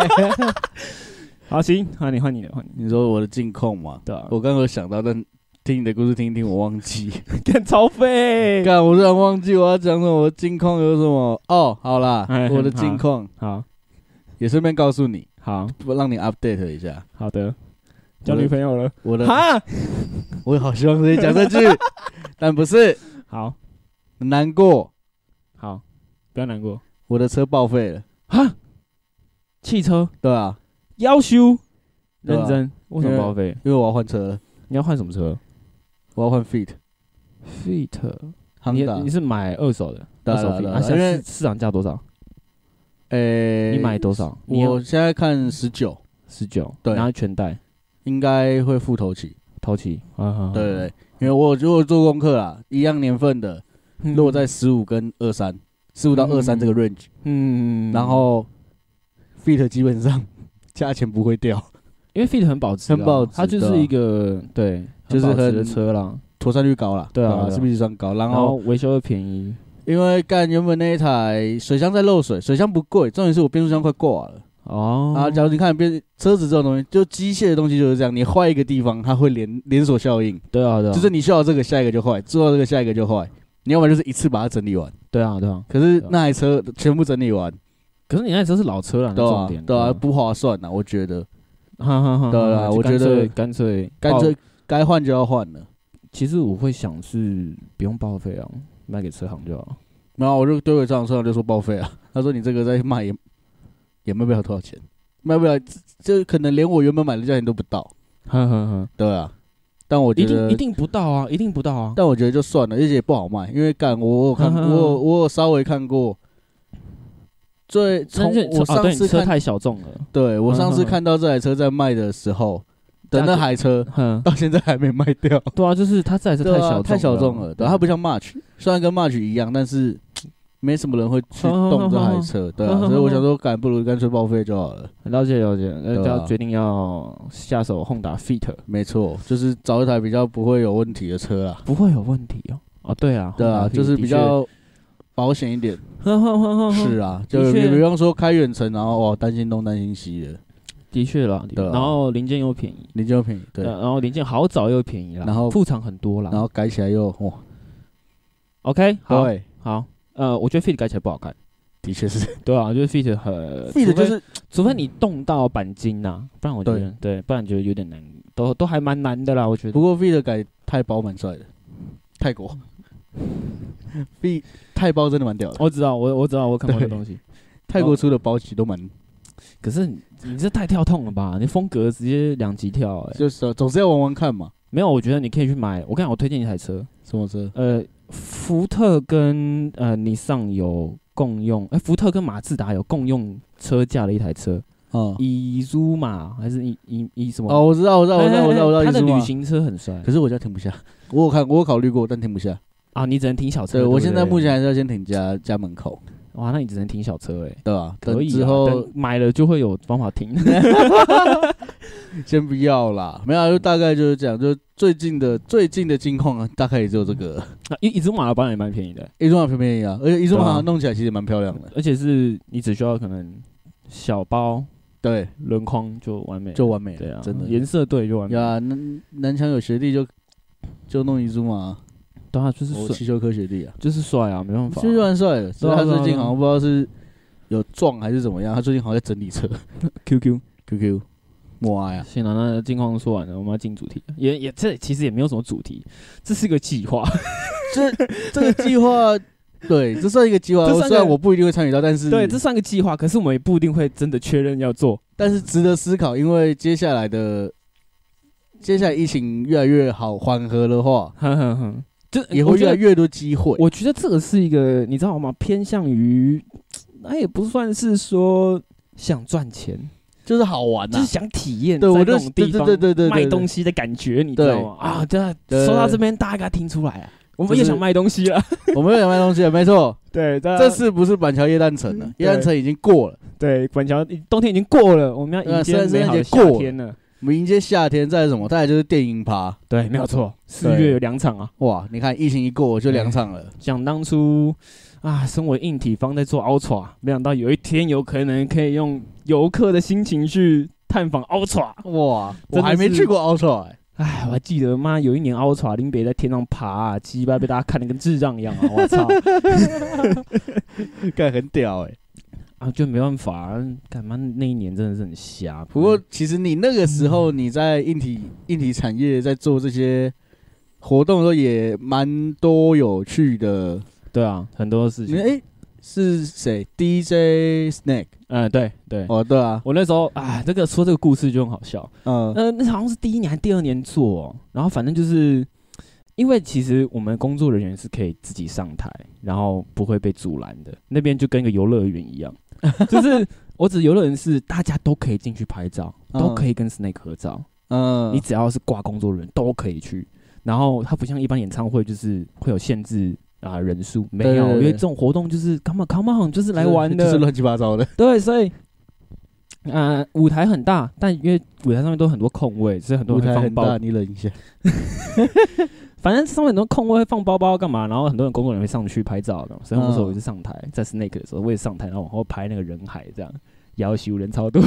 B: 好，行，好，你换你的，换你的，
C: 你说我的近况嘛，
B: 对啊，
C: 我刚刚有想到，但听你的故事听一听，我忘记。
B: 干超 费。
C: 干，我突然忘记我要讲什么，我的近况有什么？哦，好啦
B: 哎，
C: 我的近况
B: 好
C: 也顺便告诉你，
B: 好
C: 我让你 update 一下。
B: 好 的，交女朋友了。
C: 我的，
B: 哈，
C: 我好希望可以讲 这句，但不是，
B: 好
C: 难过，
B: 好，不要难过。
C: 我的车报废了，
B: 哈，汽车
C: 对吧？
B: 要修，
C: 对啊
B: 认真，为什么报废？
C: 因为我要换车了，
B: 你要换什么车
C: 我要换 Fit
B: ？Fit，你你
C: Honda，
B: 是买二手的，
C: 对
B: 二
C: 啊
B: 手 Fit，
C: 对啊
B: 啊
C: 对啊
B: 现
C: 因
B: 在
C: 为
B: 市市场价多少？
C: 诶，
B: 你买？多少？你
C: 呃我现在看十九，
B: 十九，
C: 对
B: 然后全带
C: 应该会付头期，
B: 头期，啊，
C: 对对对，因为我如果做功课啦，一样年份的，
B: 嗯
C: 落在十五跟二三，十五到二三这个 range，、
B: 嗯，
C: 然后 Fit 基本上 价钱不会掉，
B: 因为 Fit 很保值啊，
C: 很保值
B: 它就是一个对，
C: 就是
B: 很保值的
C: 很
B: 车啦，
C: 妥善率高啦，
B: 对啊对啊
C: 是不是算高？然
B: 然后
C: 后
B: 维修又便宜
C: 因为干原本那一台水箱在漏水，水箱不贵，重点是我变速箱快挂了。
B: 哦，
C: 然后假如你看变车子这种东西，就机械的东西就是这样，你坏一个地方，它会连连锁效应，
B: 对啊对啊，
C: 就是你需要这个，下一个就坏，做到这个下一个就坏，你要么就是一次把它整理完。
B: 对啊对啊，
C: 可是那台车全部整理完，
B: 可是你那车是老车了，
C: 对
B: 重
C: 啊
B: 点，嗯
C: 对啊，不划算呐，我觉得
B: 哈哈哈，
C: 对啊
B: 就
C: 我
B: 干
C: 觉得
B: 脆干脆
C: 干
B: 报
C: 脆该换就要换了。
B: 其实我会想是不用报废啊，卖给车行就 好。
C: 然后我就对我车行车行就说报废啊，他说你这个再卖也也卖不了多少钱，卖不了，这这可能连我原本买的价钱都不到，
B: 呵呵呵，
C: 对啊。但我
B: 一
C: 觉
B: 定
C: 得
B: 一，定不到啊，一定不到啊。
C: 但我觉得就算了，而且也不好卖，因为干我我有
B: 嗯
C: 看，我有我有稍微看过，最从
B: 但是
C: 我
B: 啊
C: 上
B: 对你
C: 次
B: 车
C: 看，
B: 太小众了，
C: 对我上
B: 嗯
C: 次
B: 嗯嗯
C: 看到这台车在卖的时候，的
B: 价
C: 那
B: 格
C: 台车
B: 哼，
C: 到现在还没卖掉。
B: 对啊，就是它这还是
C: 对
B: 太
C: 啊
B: 小众了
C: 太小众了，对，啊它不像 March，虽然跟 March 一样，但是没什么人会去动这台车，对啊，所以我想说，干不如干脆报废就好了。
B: 了解了解，呃，
C: 对啊
B: 要决定要下手 Honda Fit
C: 没错，就是找一台比较不会有问题的车啊，
B: 不会有问题哦。哦，对啊，
C: 对啊，
B: Honda Fit
C: 就是
B: 的
C: 比
B: 确
C: 较保险一点。
B: 呵呵呵呵呵
C: 是啊，就
B: 嗯的
C: 你
B: 确
C: 不用说开远程，然后哇担心东担心西的，
B: 的确啦，的确
C: 对啊
B: 然后零件又便宜，
C: 零件便宜，对，
B: 呃然后零件好找又便宜啦，
C: 然后
B: 副厂很多啦。
C: 然后改起来又哇，
B: OK，好
C: 对，
B: 好，呃，我觉得 Fit 改起来不好看。
C: 的确是
B: 对啊，就是 Fit 很
C: f
B: 除
C: i
B: 非
C: 就是
B: 除非你动到钣金呐、不然我觉得对，不然觉得有点难，都都还蛮难的啦。我觉得
C: 不过 V 的改太包蛮帅的，泰 国 V 太包真的蛮屌的，
B: 我知道，我我知道，我看过这
C: 对
B: 东西。
C: 泰国出的包其实都蛮，
B: 可是你你这太跳痛了吧？你风格直接两级跳、欸，
C: 就是总是要玩玩看嘛。
B: 没有，我觉得你可以去买。我跟你讲，我推荐一台车，
C: 什么车？
B: 呃，福特跟呃尼桑有共用，哎、福特跟马自达有共用车架的一台车，
C: 啊、
B: 伊苏马还是伊伊伊什么？哎
C: 哦，我知道，我知道，我知道，我知道，我知道，
B: 它的
C: 你说
B: 旅
C: 嘛。
B: 行车很帅
C: 可是我家停不下，我有看，我有考虑过，但停不下。
B: 啊！你只能停小车。
C: 对，
B: 对
C: 我
B: 不
C: 现在
B: 对
C: 目前还是要先停家家门口，
B: 哇，那你只能停小车哎、
C: 对吧？
B: 可以
C: 等
B: 啊
C: 之后
B: 等买了就会有方法 停。
C: 先不要啦，没有啊，就大概就是这样。就最近的最近的近况啊，大概也只有这个。
B: 啊，一一只马的保养也蛮便宜的，
C: 一中马便便宜啊，而且一中
B: 对
C: 马
B: 啊
C: 弄起来其实也蛮漂亮的。
B: 而且是你只需要可能小包
C: 对，
B: 轮框就完美了，
C: 就完美
B: 对啊
C: 了，，真的。
B: 颜色对就完美了。
C: 呀，南南强有学弟就就弄一中马，
B: 对啊，就是
C: 我
B: 帅，
C: 汽修科学弟啊。
B: 就是帅啊，没办法
C: 其实
B: 啊。
C: 蛮帅的，只是他
B: 对啊
C: 最
B: 对
C: 近
B: 啊
C: 好像不知道是有撞还是怎么样，他最近好像在整理 车。
B: QQ。
C: QQ，哇呀，
B: 行了，那近况说完了，我们要进主题了。也也这其实也没有什么主题，这是一个计划。
C: 这这个计划， 对，这算一个计划。
B: 这算
C: 虽然
B: 个
C: 我不一定会参与到，但 是
B: 对，这算个计划，可是我们也不一定会真的确认要做。
C: 但是值得思考，因为接下来的接下来疫情越来越好缓和的话，
B: 哼哼哼，就
C: 也
B: 我
C: 会
B: 觉
C: 越来
B: 得
C: 越多机会。
B: 我觉得这个是一个，你知道吗？偏向于，那也不算是说想赚钱，
C: 就是好玩啊
B: 就
C: 呐、
B: 是想体验在
C: 对
B: 那
C: 我就
B: 种地方
C: 对对对对对
B: 卖
C: 对
B: 东西的感觉，你知道吗？
C: 对
B: 啊，这样
C: 对
B: 说到这边，大家给他听出来啊，我们也
C: 就是
B: 想卖东西了。
C: 我们有想卖东西了，没错。
B: 对，
C: 这次不是板桥夜诞城了，啊
B: 嗯
C: 夜诞城已经过了，
B: 对板桥冬天已经过了，我们要迎
C: 呃
B: 接
C: 圣诞
B: 美好的
C: 圣诞
B: 夏
C: 节
B: 天了。
C: 我们迎接夏天，再来什么？再来就是电影趴。
B: 对，没有错，四
C: 对
B: 月有两场啊。
C: 哇，你看疫情一过，我就两场了。
B: 想当初啊，身为硬体方在做 Ultra，没想到有一天有可能可以用游客的心情去探访 Ultra。
C: 哇，
B: 真的
C: 我还没
B: 是
C: 去过 Ultra，、欸、
B: 哎，我还记得妈有一年 Ultra 林北在天上爬、啊，鸡巴被大家看得跟智障一样啊！我操
C: 干很屌哎、
B: 啊，就没办法、啊，干嘛那一年真的是很瞎。嗯
C: 不过其实你那个时候你在硬体硬体产业在做这些活动的时候，也蛮多有趣的。
B: 对啊，很多事
C: 你
B: 情，
C: 哎、是谁？DJ Snake
B: 嗯，对对。
C: 哦，对啊，
B: 我那时候啊，这个说这个故事就很好笑。
C: 嗯
B: 呃，那好像是第一年还是第二年做、哦，然后反正就是因为其实我们工作人员是可以自己上台，然后不会被阻拦的。那边就跟一个游乐园一 样，就是我指游乐园是大家都可以进去拍照，都
C: 嗯
B: 可以跟 Snake 合照，
C: 嗯，
B: 你只要是挂工作人员都可以去。然后它不像一般演唱会，就是会有限制。啊，人数没有，
C: 对对对
B: 因为这种活动就是 come on come on，就是来玩的，
C: 就是乱七八 糟的。
B: 对，所以，呃，舞台很大，但因为舞台上面都有很多空位，所以很多
C: 舞
B: 人
C: 台
B: 会放
C: 很
B: 包
C: 大，。你忍一下。
B: 反正上面很多空位会放包包干嘛，然后很多人工作人员会上去拍照的，所以那时候
C: 嗯
B: 我就上台，在 Snake 的时候我也上台，然后往后拍那个人海这样。摇起人 超多，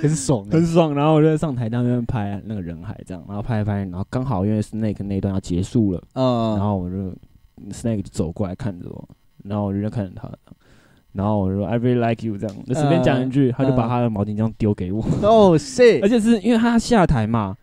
C: 很爽、欸，
B: 很爽。然后我就在上台那边拍那个人海，这样，然后拍一拍，然后刚好因为 Snake 那一段要结束了，然
C: 嗯，
B: 后我就 Snake 就走过来看着我，然后我就在看着他，然后我就说 I really like you 这样，就随便讲一句，他就把他的毛巾这样丢给我，
C: 哦
B: 而
C: shit，
B: 且是因为他下台嘛，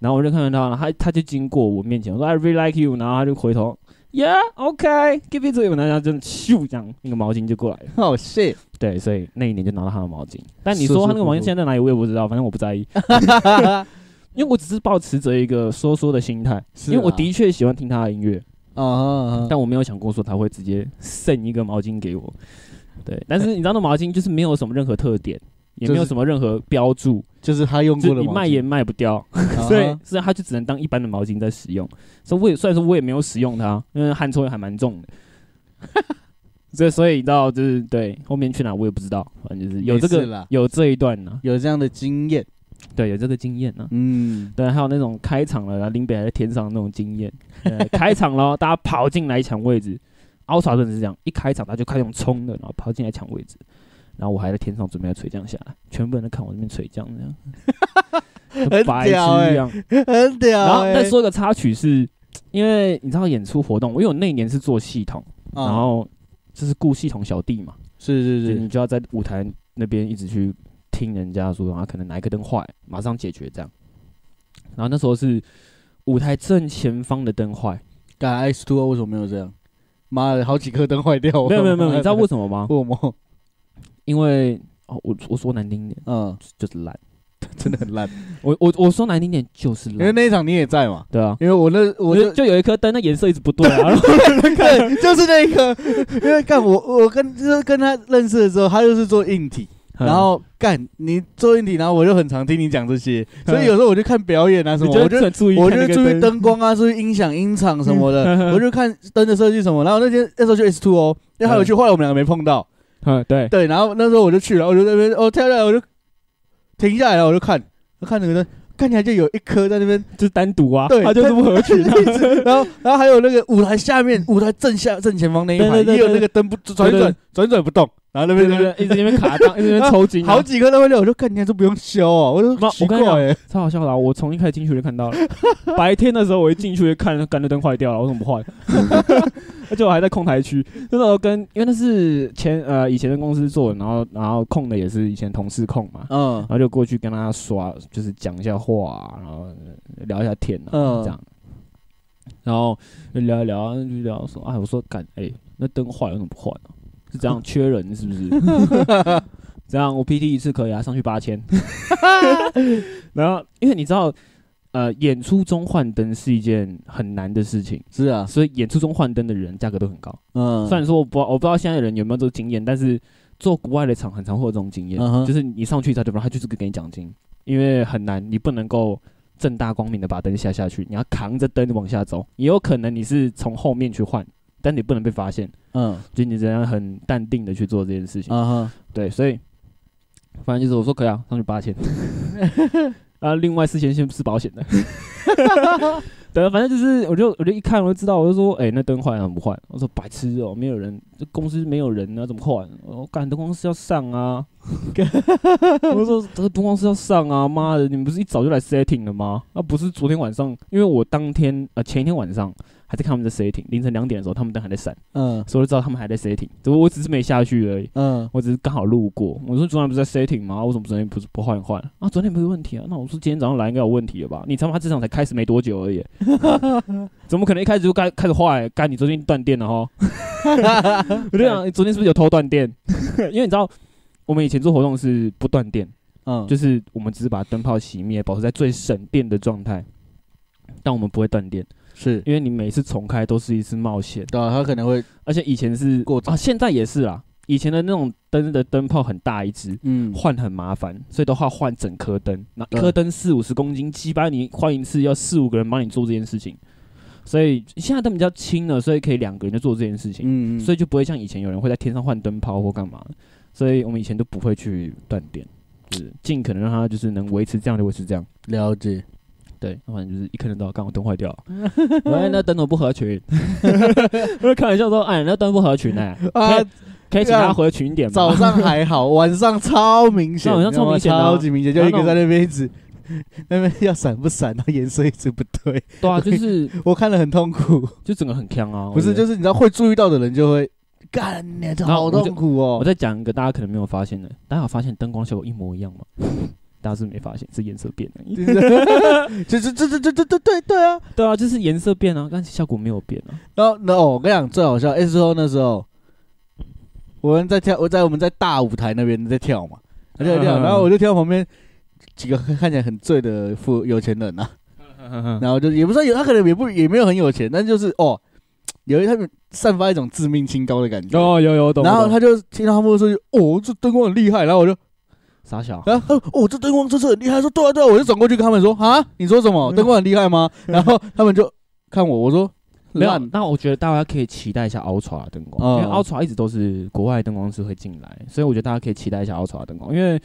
B: 然后我就看到他，他他就经过我面前，我说 I really like you，然后他就回头，Yeah OK，give、it to you，然后他就咻这样那个毛巾就过来了，
C: 哦 shit，
B: 对，所以那一年就拿到他的毛巾，但你
C: 舒
B: 说
C: 舒
B: 他那个
C: 服
B: 毛巾
C: 服
B: 现在在哪里，我也不知道，反正我不在意，因为我只是保持着一个说说的心态，
C: 是
B: 因为我
C: 啊
B: 的确喜欢听他的音乐，
C: 啊啊，
B: 但我没有想过说他会直接剩一个毛巾给 我。对，但是你知道那毛巾就是没有什么任何特点，也
C: 就是
B: 没有什么任何标注，
C: 就是他用
B: 就
C: 过的
B: 你
C: 毛巾，
B: 卖 也卖不掉，
C: 啊
B: 所以所以它就只能当一般的毛巾在使用。所以我也虽然说我也没有使用它，因为汗臭味还蛮重的。 所以所以你知道就是对后面去哪我也不知道，反正就是有这
C: 没事
B: 个
C: 啦
B: 有这一段呢、
C: 有这样的经验，
B: 对，有这个经验呢、啊
C: 嗯，
B: 对，还有那种开场了，然后林北还在天上的那种经 验，对开场了，大家跑进来抢位置。奥萨真的是这样，一开场他就开始用冲的，然后跑进来抢位置，然后我还在天上准备要垂降下来，全部人都看我这边垂降这样，跟
C: 很
B: 白痴
C: 屌欸
B: 一样。
C: 很屌、
B: 然后
C: 欸
B: 再说一个插曲是，因为你知道演出活动，因为我那一年是做系统，
C: 啊
B: 然后就是雇系统小弟嘛，
C: 是是，
B: 就是你就要在舞台那边一直去听人家说，然后可能哪一个灯坏，马上解决这样。然后那时候是舞台正前方的灯坏，
C: 干 X Two O 为什么没有这样？妈的，好几颗灯坏掉。
B: 没有没有没有，你 知道为什么吗？
C: 我吗？
B: 因为哦，我我说难听一点
C: 嗯，
B: 就是烂，
C: 真的很烂。
B: 我我我说难听一点就是
C: 因为
B: 烂，
C: 那一场你也在嘛，
B: 对啊，
C: 因为我那我
B: 就
C: 就
B: 就有一颗灯，那颜色一直不对 啊，然后
C: 对，就是那 一颗，因为干我我跟就是跟他认识的时候，他就是做硬体，
B: 嗯
C: 然后干你做硬体，然后我就很常听你讲这些，所以有时候我就看表演啊
B: 嗯
C: 什
B: 你
C: 么，
B: 就
C: 我就
B: 很注意看
C: 我
B: 那
C: 就
B: 个
C: 注意，灯光啊，注意音响、音场什么
B: 嗯
C: 的，我就看灯的设计什么。然后那天那时候就 S Two 哦，因为还有去，后来我们两个没碰到。
B: 嗯对，
C: 对，然后那时候我就去了，我就在那边哦跳下来，我就停下来了，我就看，我看那个灯，看起来就有一颗在那边，
B: 就是单独啊，
C: 对
B: 它就是不 合群啊，
C: 然后然后还有那个舞台下面，舞台正下正前方那一
B: 对
C: 排
B: 对对
C: 也有
B: 对
C: 那个灯不
B: 对
C: 转
B: 对
C: 转转转不动，然后那
B: 对
C: 边
B: 对
C: 那边
B: 对，一直在那边卡档，一直在那边抽筋啊，
C: 好几颗灯会掉，我就看你还是不用修哦，我
B: 那
C: 就
B: 我
C: 奇
B: 跟
C: 怪
B: 你讲
C: 欸，
B: 超好笑的啊、我从一开始进去就看到了， 白天的时候我一进去就看干的灯坏掉了，为什么不坏？ 而且我还在控台区，那时候跟因为那是前呃以前的公司做的，然后然后控的也是以前同事控嘛，
C: 嗯
B: 然后就过去跟他刷，就是讲一下话啊、然后聊一下天啊、
C: 嗯
B: 这样，然后就聊一聊，就聊说啊哎，我说干哎、那灯坏了为什么不坏呢、是这样缺人是不是？ 这样我 PT 一次可以啊，上去八千。 然后因为你知道，呃，演出中换灯是一件很难的事情，
C: 是啊，
B: 所以演出中换灯的人价格都很高。
C: 嗯，
B: 虽然说我不知道我不知道现在人有没有这个经验，但是做国外的场很常会有这种经验
C: 嗯哼
B: 就是你上去他对方他就是给你奖金，因为很难，你不能够正大光明的把灯下下去，你要扛着灯往下走，也有可能你是从后面去换，但你不能被发现，
C: 嗯
B: 就你怎样很淡定的去做这件事情。
C: 啊哈，
B: 对，所以反正就是我说可以啊，上去八千，啊，另外四千先是保险的。 对，啊反正就是，我就我就一看我就知道，我就说，哎、那灯坏了不换？我说白痴哦、没有人，这公司没有人啊，怎么换？我干灯光师要上啊！我说这个灯光师要上啊！妈的，你们不是一早就来 setting 了吗？啊，不是昨天晚上，因为我当天呃前一天晚上还在看他们的 setting，凌晨两点的时候他们灯还在闪，
C: 嗯
B: 所以我就知道他们还在 setting，只不过我只是没下去而已。
C: 嗯
B: 我只是刚好路过。我说昨晚不是在 setting 吗？啊为什么昨天不是不换一换啊？昨天没有问题啊。那我说今天早上来应该有问题了吧？你他妈这场才开始没多久而已， 怎么可能一开始就该开始坏？该你昨天断电了哈。 我就想你昨天是不是有偷断电？ 因为你知道我们以前做活动是不断电，
C: 嗯，
B: 就是我们只是把灯泡熄灭，保持在最省电的状态，但我们不会断电，
C: 是，
B: 因为你每次重开都是一次冒险。
C: 对啊，他可能会，
B: 而且以前是
C: 过早
B: 啊，现在也是啦。以前的那种灯的灯泡很大一只，
C: 嗯
B: 换很麻烦，所以都要换整颗灯。那一
C: 嗯
B: 颗灯四五十公斤，鸡巴你换一次要四五个人帮你做这件事情。所以现在灯比较轻了，所以可以两个人就做这件事情，
C: 嗯，
B: 所
C: 以
B: 以就不会像以前有人会在天上换灯泡或干嘛。所以我们以前都不会去断电，就是尽可能让它就是能维持这样就维持这样。
C: 了解，嗯
B: 对，那反正就是一看就知道，刚好灯坏 掉了，哎，那灯怎么不合群？我就开玩笑说，哎，那灯不合群哎、
C: 啊
B: 可以可以请他合群一点吗？
C: 早上还好，晚上超 明显，
B: 晚上超明显的啊
C: 超级明显，就一个在那边一直。 那边要闪不闪，然后颜色一直不对，
B: 对啊，就是
C: 我看了很痛苦。
B: 就整个很呛啊，
C: 不
B: 我觉
C: 是，
B: 得
C: 就是你知道会注意到的人就会干，你这
B: 然后
C: 好
B: 我就
C: 痛苦哦
B: 我。再讲一个大家可能没有发现的，大家有发现灯光效果一模一样吗？ 大家是没发现，是颜色变而已。
C: 就就就就就就对对对啊！
B: 对啊，就是颜色变啊，但是效果没有变啊。
C: 然后然后我跟你讲最好笑，S O 那时候我们在跳，我在我们在大舞台那边在跳嘛，在跳，
B: 嗯
C: 然后我就跳旁边几个看起来很醉的富有钱人啊，然后就也不算有，他可能也不也没有很有钱，但就是哦，有一他们散发一种致命清高的感 觉。
B: 哦，有有懂
C: 然后他就听到他们说：“哦，这灯光很厉害。”然后我就，
B: 傻小，
C: 然后他说哦，这灯光真是很厉害。说对啊对啊，我就转过去跟他们说：“啊，你说什
B: 嗯
C: 么？灯光很厉害吗？”然后他们就看我，我说：“
B: 没有
C: 烂。。
B: 那我觉得大家可以期待一下 Ultra 的灯光，
C: 嗯
B: 因为 Ultra 一直都是国外的灯光师会进来，所以我觉得大家可以期待一下 Ultra 的灯光，因为。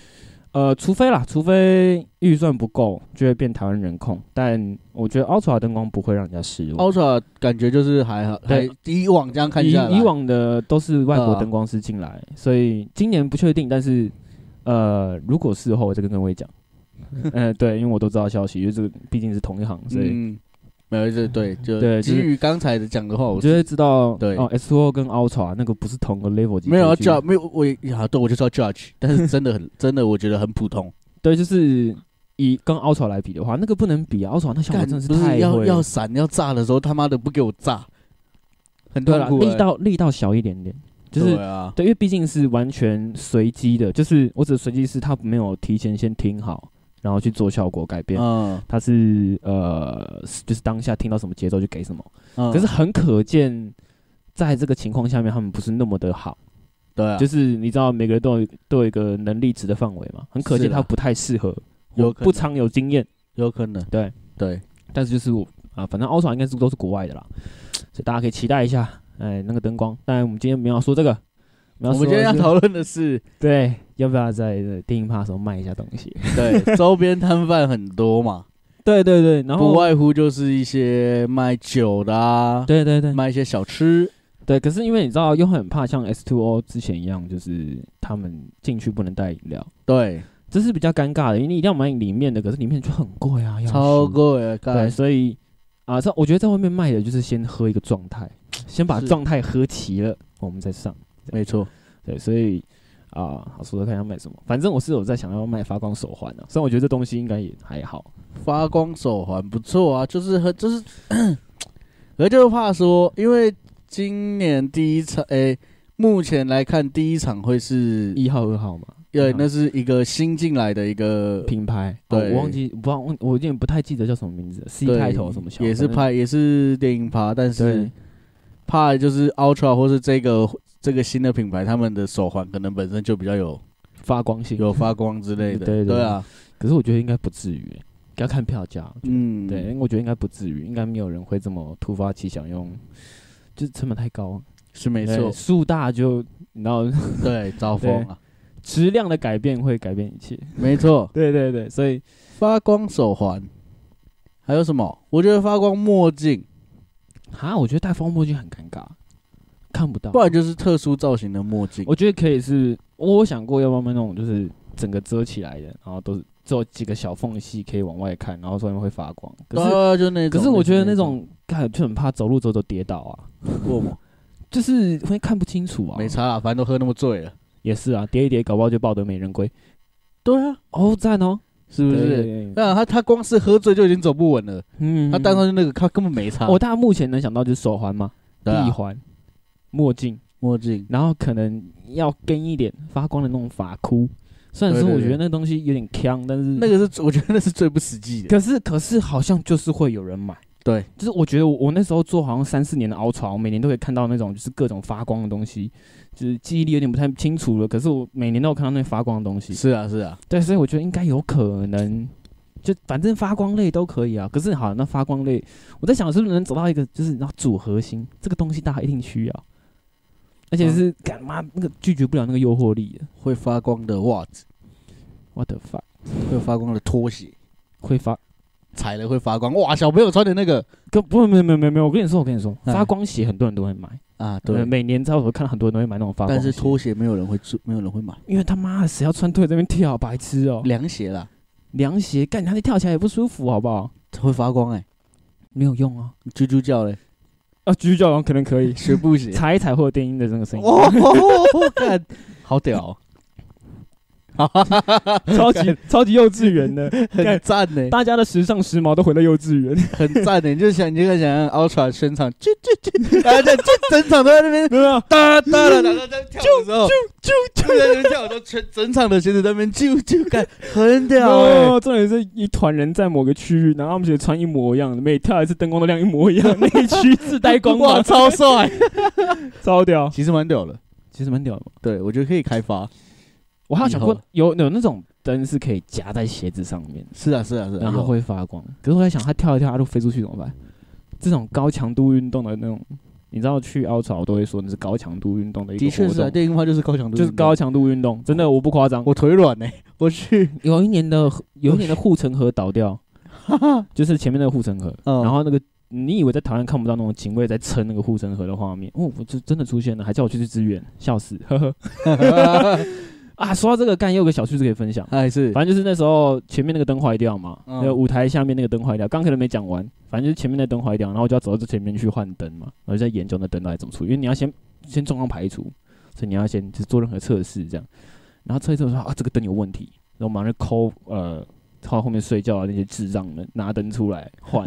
B: 呃，除非啦，除非预算不够，就会变台湾人控。但我觉得 Ultra 的灯光不会让人家失望。
C: Ultra 感觉就是还好，还
B: 对
C: 以往这样哦看
B: 以
C: 下来，
B: 以往的都是外国
C: 呃
B: 灯光师进来，所以今年不确定，但是呃，如果事后我再跟各位 讲。呃，对，因为我都知道消息，因为这个毕竟是同一行，所以
C: 嗯，没有这对就
B: 对就
C: 基
B: 是
C: 于刚才的讲的话，
B: 我
C: 我
B: 就会知道，
C: 对
B: 哦，S O 跟 Ultra 那个不是同个 level 级别去。
C: 没有要 judge，没有我也啊，对我就是要 judge，但是真的 很真的，我觉得很普通，
B: 对，就是以跟 Ultra 来比的话，那个不能比啊，Ultra 那效果
C: 干
B: 真的
C: 不
B: 太
C: 是要
B: 会
C: 要闪要炸的时候，他妈的不给我炸，很
B: 对
C: 痛
B: 了，
C: 苦欸，
B: 力道力道小一点点，就是
C: 对啊，
B: 对，因为毕竟是完全随机的，就是我只随机是他没有提前先听好，然后去做效果改变。
C: 嗯，
B: 他是呃，是就是当下听到什么节奏就给什么，
C: 嗯
B: 可是很可见，在这个情况下面，他们不是那么的好，
C: 对啊，
B: 就是是你知道每个人都有都有一个能力值的范围嘛，很可
C: 是
B: 见
C: 啦
B: 他不太适合，
C: 有
B: 我
C: 可能
B: 不常有经验，
C: 有可能，
B: 对，
C: 对，
B: 但是就是我啊，反正奥创应该是都是国外的啦，所以大家可以期待一下，哎，那个灯光。当然我们今天没有要说这个，我
C: 我们今天要讨论的 是，
B: 对，要不要在电影趴的时候卖一下东 西？
C: 对，周边摊贩很多嘛，
B: 对对对，然后
C: 不外乎就是一些卖酒的啊，
B: 对对对，
C: 卖一些小吃，
B: 对，可是因为你知道，又很怕像 S Two O 之前一样，就是他们进去不能带饮料，
C: 对，
B: 这是比较尴尬的，因为你一定要买里面的，可是里面就很贵啊，要
C: 超
B: 贵。
C: 贵的，
B: 对，
C: 干
B: 所以啊，在我觉得在外面卖的就是先喝一个状态，先把
C: 是
B: 状态喝齐了，我们再上。
C: 没错，
B: 对，所以啊，好说说看要卖什么，反正我是有在想要卖发光手环啊，虽然我觉得这东西应该也还好。
C: 发光手环不错啊，就是很就是，而就怕说，因为呃今年第一场，诶、目前来看第一场会是
B: 一号、二号嘛，嗯
C: 对，那是一个新进来的一个
B: 品牌，哦
C: 对
B: 我忘记，不忘我有点不太记得叫什么名字了，C
C: 对
B: 开头什么小，
C: 也是
B: 反正
C: 拍也是电影趴，但是
B: 对
C: 怕就是 Ultra 或是这个这个新的品牌，他们的手环可能本身就比较有
B: 发光性。
C: 有发光之类的，
B: 对对对
C: 啊，
B: 可是我觉得应该不至于，要看票价。
C: 嗯，
B: 对，因为我觉得应该不至于，应该没有人会这么突发奇想用，就是成本太高。啊
C: 是没
B: 对
C: 错，
B: 树大就你知道，
C: 对，招风啊，
B: 质量的改变会改变一切。
C: 没错，
B: 对对对，所以
C: 发光手环，还有什么？我觉得发光墨镜，
B: 哈，我觉得戴风墨镜很尴尬，看不到。
C: 不然就是特殊造型的墨镜，
B: 我觉得可以是，我有想过要慢慢弄，就是整个遮起来的，然后都是只有几个小缝隙可以往外看，然后上面会发光。可
C: 对
B: 是、
C: 啊，就那种，
B: 可是我觉得那种看就很怕走路走走跌倒啊，
C: 过吗？
B: 就是会看不清楚啊。
C: 没差啦，反正都喝那么醉了，
B: 也是啊，叠一叠，搞不好就抱得美人归。
C: 对啊，
B: 哦，赞哦，
C: 是不
B: 对
C: 是？
B: 对对
C: 那他他光是喝醉就已经走不稳了，
B: 嗯
C: 他戴上去那个他根本没差。
B: 我大家目前能想到就是手环嘛，
C: 对啊
B: 臂环、墨镜，
C: 墨镜，
B: 然后可能要跟一点发光的那种发箍。虽然说
C: 对对
B: 我
C: 对
B: 觉得那东西有点坑，但是
C: 那个是我觉得那是最不实际的。
B: 可是可是好像就是会有人买。
C: 对，
B: 就是我觉得我我那时候做好像三四年的 Ultra，我每年都可以看到那种就是各种发光的东西，就是记忆力有点不太清楚了。可是我每年都有看到那发光的东西，
C: 是啊是啊，
B: 对，所以我觉得应该有可能，就反正发光类都可以啊。可是好，那发光类，我在想是不是能走到一个就是然后主核心这个东西大家一定需要，而且是干嘛那个拒绝不了那个诱惑力的。
C: 会发光的袜子，
B: What the fuck？
C: 会发光的拖鞋，
B: 会发？
C: 踩了会发光。哇，小朋友穿的那个
B: 跟不没有没有没有没有，我跟你说我跟你说，
C: 哎
B: 发光鞋很多人都会买。
C: 啊，
B: 呃
C: 对，
B: 每年差不多看到很多人都会买那种发光
C: 但
B: 鞋，
C: 是拖鞋没有人会做，没有人会买
B: 因为他妈的谁要穿拖鞋在那边跳，白痴哦、
C: 凉鞋啦，
B: 凉鞋，干他那跳起来也不舒服，好不好？
C: 会发光哎，
B: 没有用啊！
C: 啾啾叫嘞，
B: 啊，举脚好像可能可以
C: 学步鞋。
B: 踩一踩或者电音的那个声音，
C: 哇，看，好屌哦，
B: 超级超级幼稚园的，
C: 很赞呢，
B: 大家的时尚时髦都回到幼稚园，
C: 很赞呢。你就想，你就想象 Ultra 全场啾啾啾，然后在整场都在那边
B: 没有？
C: 哒哒了，然后在跳舞的时候，啾啾啾，在那边跳舞的时候，全整场的学子在那边啾啾，干很屌哎、
B: 哦，重点是一团人在某个区域，然后他们觉得穿一模一样的，每跳一次灯光都亮一模一样，那一区 自带光
C: 哇，
B: 芒，
C: 超 帅，
B: 超屌，
C: 其实蛮屌的。
B: 其实蛮屌的嘛。
C: 对，我觉得可以开发。
B: 我还有想
C: 以
B: 过
C: 后
B: 有有那种灯是可以夹在鞋子上面的。
C: 是啊，是啊，是啊。
B: 然后它会发光。可是我在想，它跳一跳，它都飞出去怎么办？这种高强度运动的那种，你知道去凹槽我都会说那是高强度运动的一
C: 的
B: 个
C: 确
B: 活
C: 是啊，
B: 动，
C: 电音化就是高强度，
B: 就是高。强度运动，真的我不夸张。
C: 我腿软呢、 我去，
B: 有一年的有一年的护城河倒掉，
C: 哈哈，
B: 就是前面那个护城河，
C: 嗯
B: 然后那个。你以为在台湾看不到那种警卫在撑那个护城河的画面？哦，我这真的出现了，还叫我去去支援，笑死！呵呵啊，说到这个，干也有个小趣事可以分享。
C: 还哎是
B: 反正就是那时候前面那个灯坏掉嘛，
C: 嗯
B: 那个舞台下面那个灯坏掉，刚可能没讲完，反正就是前面那灯坏掉，然后我就要走到这前面去换灯嘛，然后就在研究那灯到底怎么处理，因为你要先先状况排除，所以你要先就是做任何测试这样，然后测一测说啊这个灯有问题，然后我马上就抠呃靠后面睡觉的那些智障们拿灯出来换，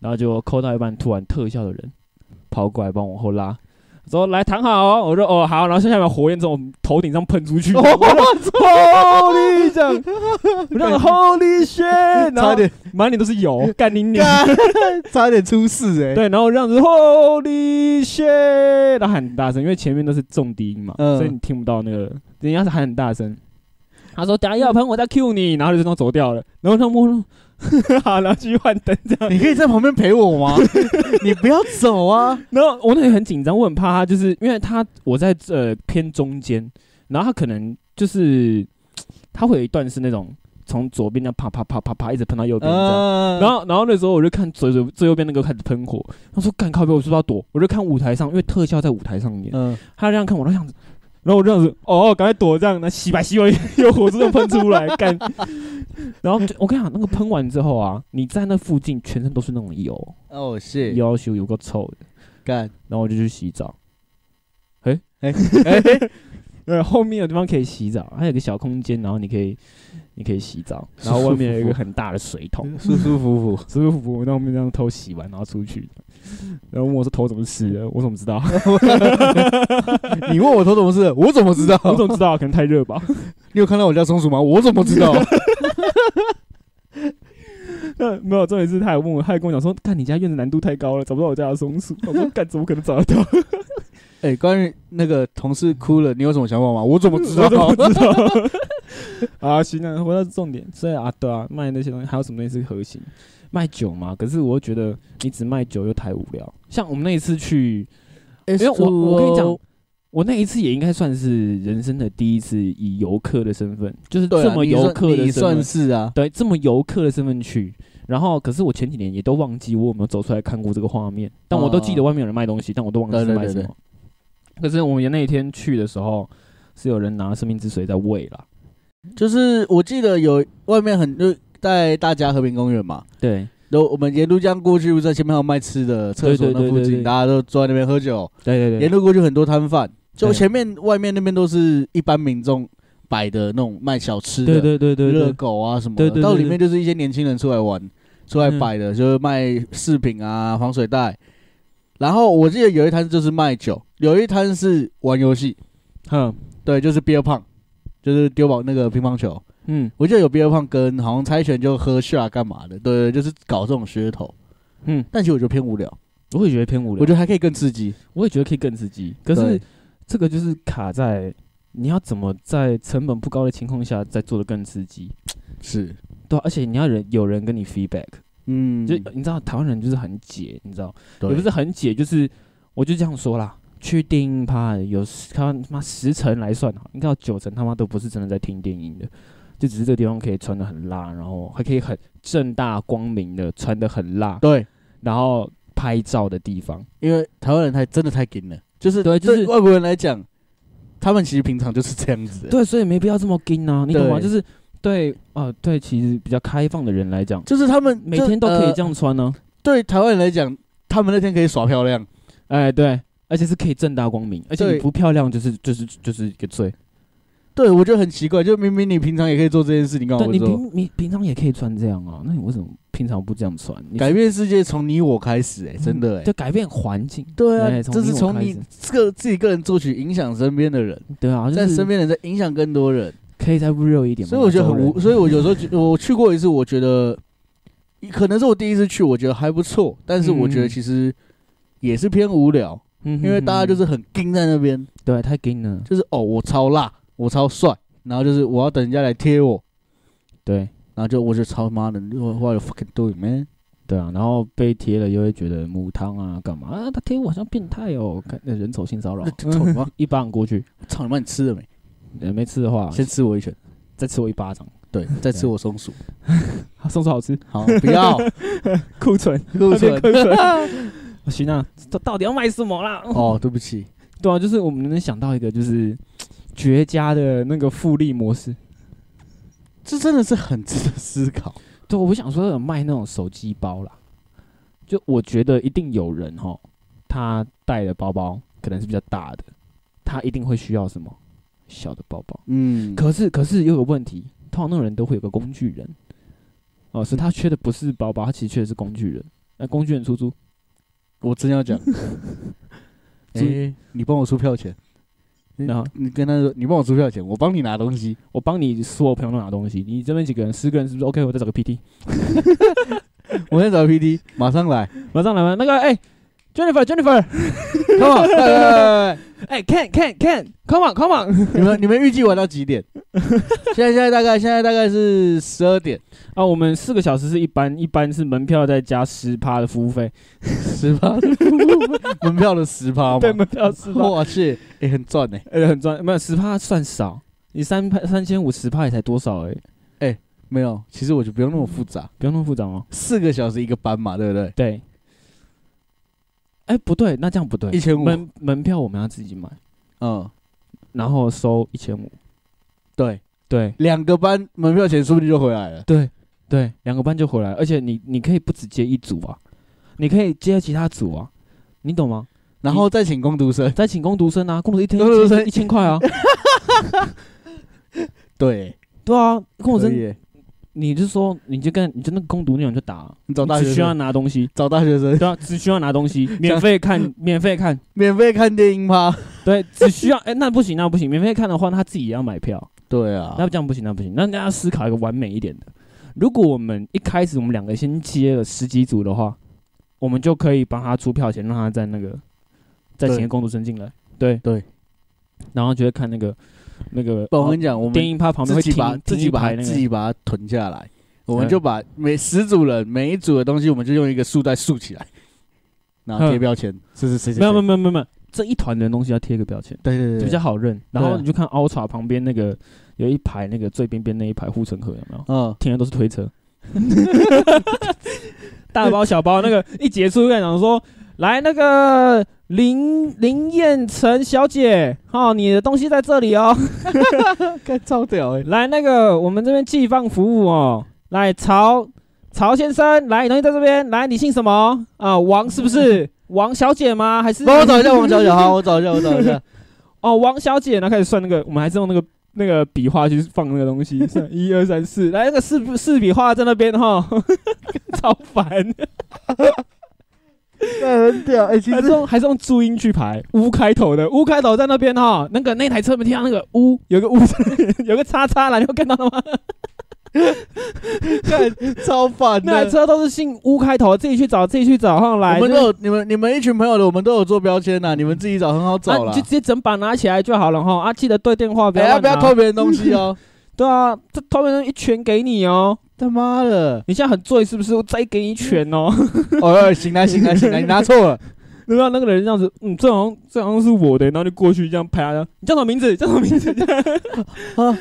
B: 然后就抠到一半，突然特效的人跑过来帮我往后拉。说来躺好哦、我说哦好，然后下面火焰从我头顶上喷出去，
C: ，Holy 这样，
B: 我让 Holy shit，然后
C: 差点
B: 满脸都是油，干你娘！
C: 干， 差点出事哎、
B: 对，然后这样子 Holy shit，然后喊很大声，因为前面都是重低音嘛，
C: 嗯
B: 所以你听不到那个，人家是喊很大声。他说：“等下要喷，我再 Q 你。”然后就这样走掉了。然后他摸 了，好，然后继续换灯这样。
C: 你可以在旁边陪我 吗？你不要走啊！
B: 然后我那也很紧张，我很怕他，就是因为他我在呃偏中间，然后他可能就是他会有一段是那种从左边这样啪啪啪啪啪一直喷到右边这样。
C: 嗯
B: 然后，然后那时候我就看最最最右边那个开始喷火，他说干靠边，我是不是要躲？我就看舞台上，因为特效在舞台上面，
C: 嗯，
B: 他这样看我，他这样子，然后我这样子，哦，赶快躲这样，那洗白 洗完有火自动喷出来，干。然后就我跟你讲，那个喷完之后啊，你在那附近全身都是那种油，
C: 哦，是
B: 要求有够臭的。
C: 干，
B: 然后我就去洗澡，
C: 哎
B: 对，后面有地方可以洗澡，还有个小空间，然后你可以你可以洗澡，然后外面有一个很大的水 桶，
C: 舒舒服服。
B: 舒舒服服，那我们这样偷洗完然后出去，然后问我说头怎么湿的，我怎么知道？
C: 你问我头怎么事，我怎么知道？
B: 我怎么知道？可能太热吧。
C: 你有看到我家松鼠吗？我怎么知道？
B: 那没有，重点是他还问我，他还跟我讲说，看你家院子难度太高了，找不到我家的松鼠。 我说干，怎么可能找得到？
C: 哎、关于那个同事哭了，你有什么想法吗？ 我怎么知
B: 我怎
C: 道
B: 么？知道？啊，行啊，回到重点，所以啊，对啊，卖那些东西还有什么东西是核心？卖酒嘛，可是我又觉得你只卖酒又太无聊。像我们那一次去，
C: 因
B: 因为我我跟你讲，我那一次也应该算是人生的第一次以游客的身份，就是
C: 对啊
B: 这么
C: 你
B: 游
C: 算
B: 客的
C: 你
B: 身份
C: 算，是啊，
B: 对，这么游客的身份去。然后，可是我前几年也都忘记我有没有走出来看过这个画面，但我都记得外面有人卖东西，但我都忘记是
C: 啊对对
B: 卖
C: 对
B: 什
C: 对
B: 么。可是我们那一天去的时候，是有人拿生命之水在喂啦。
C: 就是我记得有外面很就在大家和平公园嘛，
B: 对
C: 然后我们沿路这样过去，不是在前面还有卖吃的，厕所
B: 对对
C: 那
B: 对
C: 附
B: 对
C: 近
B: 对
C: 大家都坐在那边喝酒，
B: 对对对，
C: 沿路过去很多摊贩，就
B: 对
C: 前面外面那边都是一般民众摆的那种卖小吃的，
B: 对对对对
C: 热
B: 对
C: 狗啊什么
B: 对
C: 的，
B: 对对
C: 到
B: 对嗯
C: 里面就是一些年轻人出来玩、出来摆的，就是卖饰品啊、防水袋。然后我记得有一摊就是卖酒，有一摊是玩游戏，
B: 哼，
C: 对，就是 beer pong，就是丢保那个乒乓球。
B: 嗯
C: 我记得有 beer pong 跟好像猜拳就喝下干嘛的，对，就是搞这种噱头。
B: 嗯，
C: 但其实我觉得偏无聊，
B: 我也觉得偏无聊，
C: 我觉得还可以更刺激。
B: 我也觉得可以更刺激。可是
C: 对
B: 这个就是卡在你要怎么在成本不高的情况下再做的更刺激，
C: 是，
B: 对啊、而且你要人有人跟你 feedback，
C: 嗯，
B: 就你知道台湾人就是很解，你知道
C: 对
B: 也不是很解，就是我就这样说啦。去电影趴有十他妈十成来算好，应该有九成他妈都不是真的在听电影的，就只是这个地方可以穿的很辣，然后还可以很正大光明的穿的很辣，
C: 对，
B: 然后拍照的地方。
C: 因为台湾人太真的太紧了，就是
B: 对就是
C: 外国人来讲，他们其实平常就是这样子的，
B: 对，所以没必要这么硬啊，你懂吗？
C: 对
B: 就是对啊、呃对，其实比较开放的人来讲，
C: 就是他们
B: 每天都可以这
C: 样。
B: 样穿啊呢、
C: 对台湾人来讲，他们那天可以耍漂亮，
B: 哎、对，而且是可以正大光明，而且
C: 对
B: 你不漂亮就是就是就是一个罪。
C: 对我觉得很奇怪，就明明你平常也可以做这件事，你干嘛
B: 对
C: 不
B: 你
C: 做？
B: 平你平常也可以穿这样啊，那你为什么平常不这样穿？你嗯
C: 改变世界从你我开始、哎，真的、哎
B: 就，改变环境，
C: 对啊，
B: 哎
C: 这是
B: 从
C: 从
B: 你我
C: 你这个自己个人做起，影响身边的人，
B: 对啊，就
C: 在身
B: 是
C: 边的人在影响更多人，
B: 可以再热一点嘛。
C: 所以我觉得很
B: 亚洲
C: 无，
B: 人
C: 所以我有时候觉我去过一次，我觉得可能是我第一次去，我觉得还不错，但是我觉得
B: 嗯
C: 其实也是偏无聊，
B: 嗯哼
C: 因为大家就
B: 哼
C: 是很盯在那边，
B: 对太硬了，
C: 就是哦，我超辣，我超帅，然后就是我要等人家来贴我，
B: 对
C: 然后就我就超妈的，what the fucking doing man？
B: 对啊，然后被贴了又会觉得母汤啊干嘛啊？他贴我好像变态哦，看那人丑性骚扰
C: 那，操你妈，
B: 一巴掌过去，
C: 操你妈，你吃了没？
B: 呃没吃的话
C: 先吃我一拳，
B: 再吃我一巴掌。
C: 对，再吃我松鼠。
B: 松鼠好吃，
C: 好，不要
B: 库存
C: 库
B: 那边。
C: 存
B: 库存。 行啊，这到底要卖什么啦？
C: 哦，对不起，
B: 对啊，就是我们能想到一个就是绝佳的那个复利模式。
C: 这真的是很值得思考。
B: 对，我想说有卖那种手机包啦，就我觉得一定有人哈，他带的包包可能是比较大的，他一定会需要什么小的包包。
C: 嗯，
B: 可是可是又有问题，通常那种人都会有个工具人，哦，所以他缺的不是包包，他其实缺的是工具人。那工具人出租，
C: 我真要讲，哎，你帮我出票钱，
B: 然后
C: 你跟他说，你帮我出票钱，我帮你拿东西。
B: 我帮你所有朋友都拿东西，你这边几个人，十个人是不是 OK？我再找个 PT，
C: 我先找 PD，马上来。
B: 马上来吧。那个哎、j e n n i f e r Jennifer，
C: Come on，来哎来来来来
B: 哎、c a n Can Can，Come on，Come on。
C: 你们你们预计玩到几点？现在现在大概现在大概是十二点，
B: 啊，我们四个小时是一般，一般是门票再加十趴的服务费，
C: 十趴门票的十趴嘛。
B: 对，门票十趴，
C: 哇塞，也很赚欸呢。
B: 呃，很赚，没有十趴算少，你三趴三千五十趴也才多少而已，
C: 没有，其实我就不用那么复杂，
B: 不用那么复杂吗？
C: 四个小时一个班嘛，对不对？
B: 对。哎、不对，那这样不对，
C: 1500
B: 门门票我们要自己买，
C: 嗯，
B: 然后收一千五，
C: 对，
B: 对
C: 两个班门票钱说不定就回来了。
B: 对对，两个班就回来，而且你你可以不只接一组啊，你可以接其他组啊，你懂吗？嗯
C: 然后再请工读生，
B: 再请工读生啊，工读一天
C: 工读
B: 一
C: 生
B: 千一千块啊，
C: 对，
B: 对啊，跟我
C: 可
B: 真，
C: 以，
B: 你就说，你就跟你就那个攻读那种就打啊，
C: 你找
B: 你
C: 大学
B: 只需要
C: 生，
B: 拿东 西，
C: 找大学生，
B: 对啊，只需要拿东西，免费看， 免费看，
C: 免费看电影吗？
B: 对，只需要，哎，那不行，那不行，免费看的话，那他自己也要买票，
C: 对啊，
B: 那这样不行，那不行，那大家思考一个完美一点的。如果我们一开始我们两个先接了十几组的话，我们就可以帮他出票钱，让他在那个在
C: 对
B: 前公读生进来，对
C: 对，
B: 然后就会看那个那个
C: 不然我跟你讲，我
B: 电
C: 们
B: 影趴旁边
C: 自
B: 会
C: 己
B: 停
C: 把自
B: 停
C: 己
B: 一排
C: 把
B: 那个嗯
C: 自己把它囤下来，我们就把每十组人每一组的东西，我们就用一个束带束起来，然后贴
B: 嗯
C: 标签，是是是是，
B: 没有没有没有没有没有，这一团的东西要贴一个标签，
C: 对对对，
B: 比较好认。然后
C: 对
B: 你就看 Ultra 旁边那个有一排那个最边边那一排护城河有没有？
C: 嗯，
B: 停的都是推车， 大包小包那个一结束，院长说来那个林林燕晨小姐，哦，你的东西在这里哦，
C: 看超屌哎，
B: 来那个我们这边寄放服务哦，来曹曹先生，来你东西在这边，来你姓什么啊？王是不是？王小姐吗？还是
C: 帮我找一下王小姐，好，我找一下，我找一下，
B: 哦，王小姐，然后开始算那个，我们还是用那个那个笔画去放那个东西， 算一二三四，来那个四四笔画在那边哈， 超烦，
C: 很屌哎，其
B: 还是用还是用注音去排，乌开头的，乌开头在那边哈，那个那台车没听到那个乌，有个乌， 有个叉叉啦，你有看到了吗？
C: 看超烦
B: 那台
C: 的。
B: 车都是姓乌开头，自己去找，自己去找哈，来，
C: 我们
B: 这
C: 都
B: 个
C: 有你们你们一群朋友的，我们都有做标签啊呐，你们自己找很好找
B: 啊，
C: 啦
B: 你就。直接整把拿起来就好了哈，啊，记得对电话，不
C: 哎，
B: 要
C: 要不要
B: 乱拿
C: 偷别人东西哦？
B: 对啊，这偷别人一拳给你哦，
C: 他妈的！
B: 你现在很醉是不是？我再给你一拳哦。
C: 哦，行了行了行了，你拿错 了。
B: 对啊，那个人这样子，嗯，这好像这好像是我的，然后就过去这样拍他，你叫什么名字？叫什么名字？啊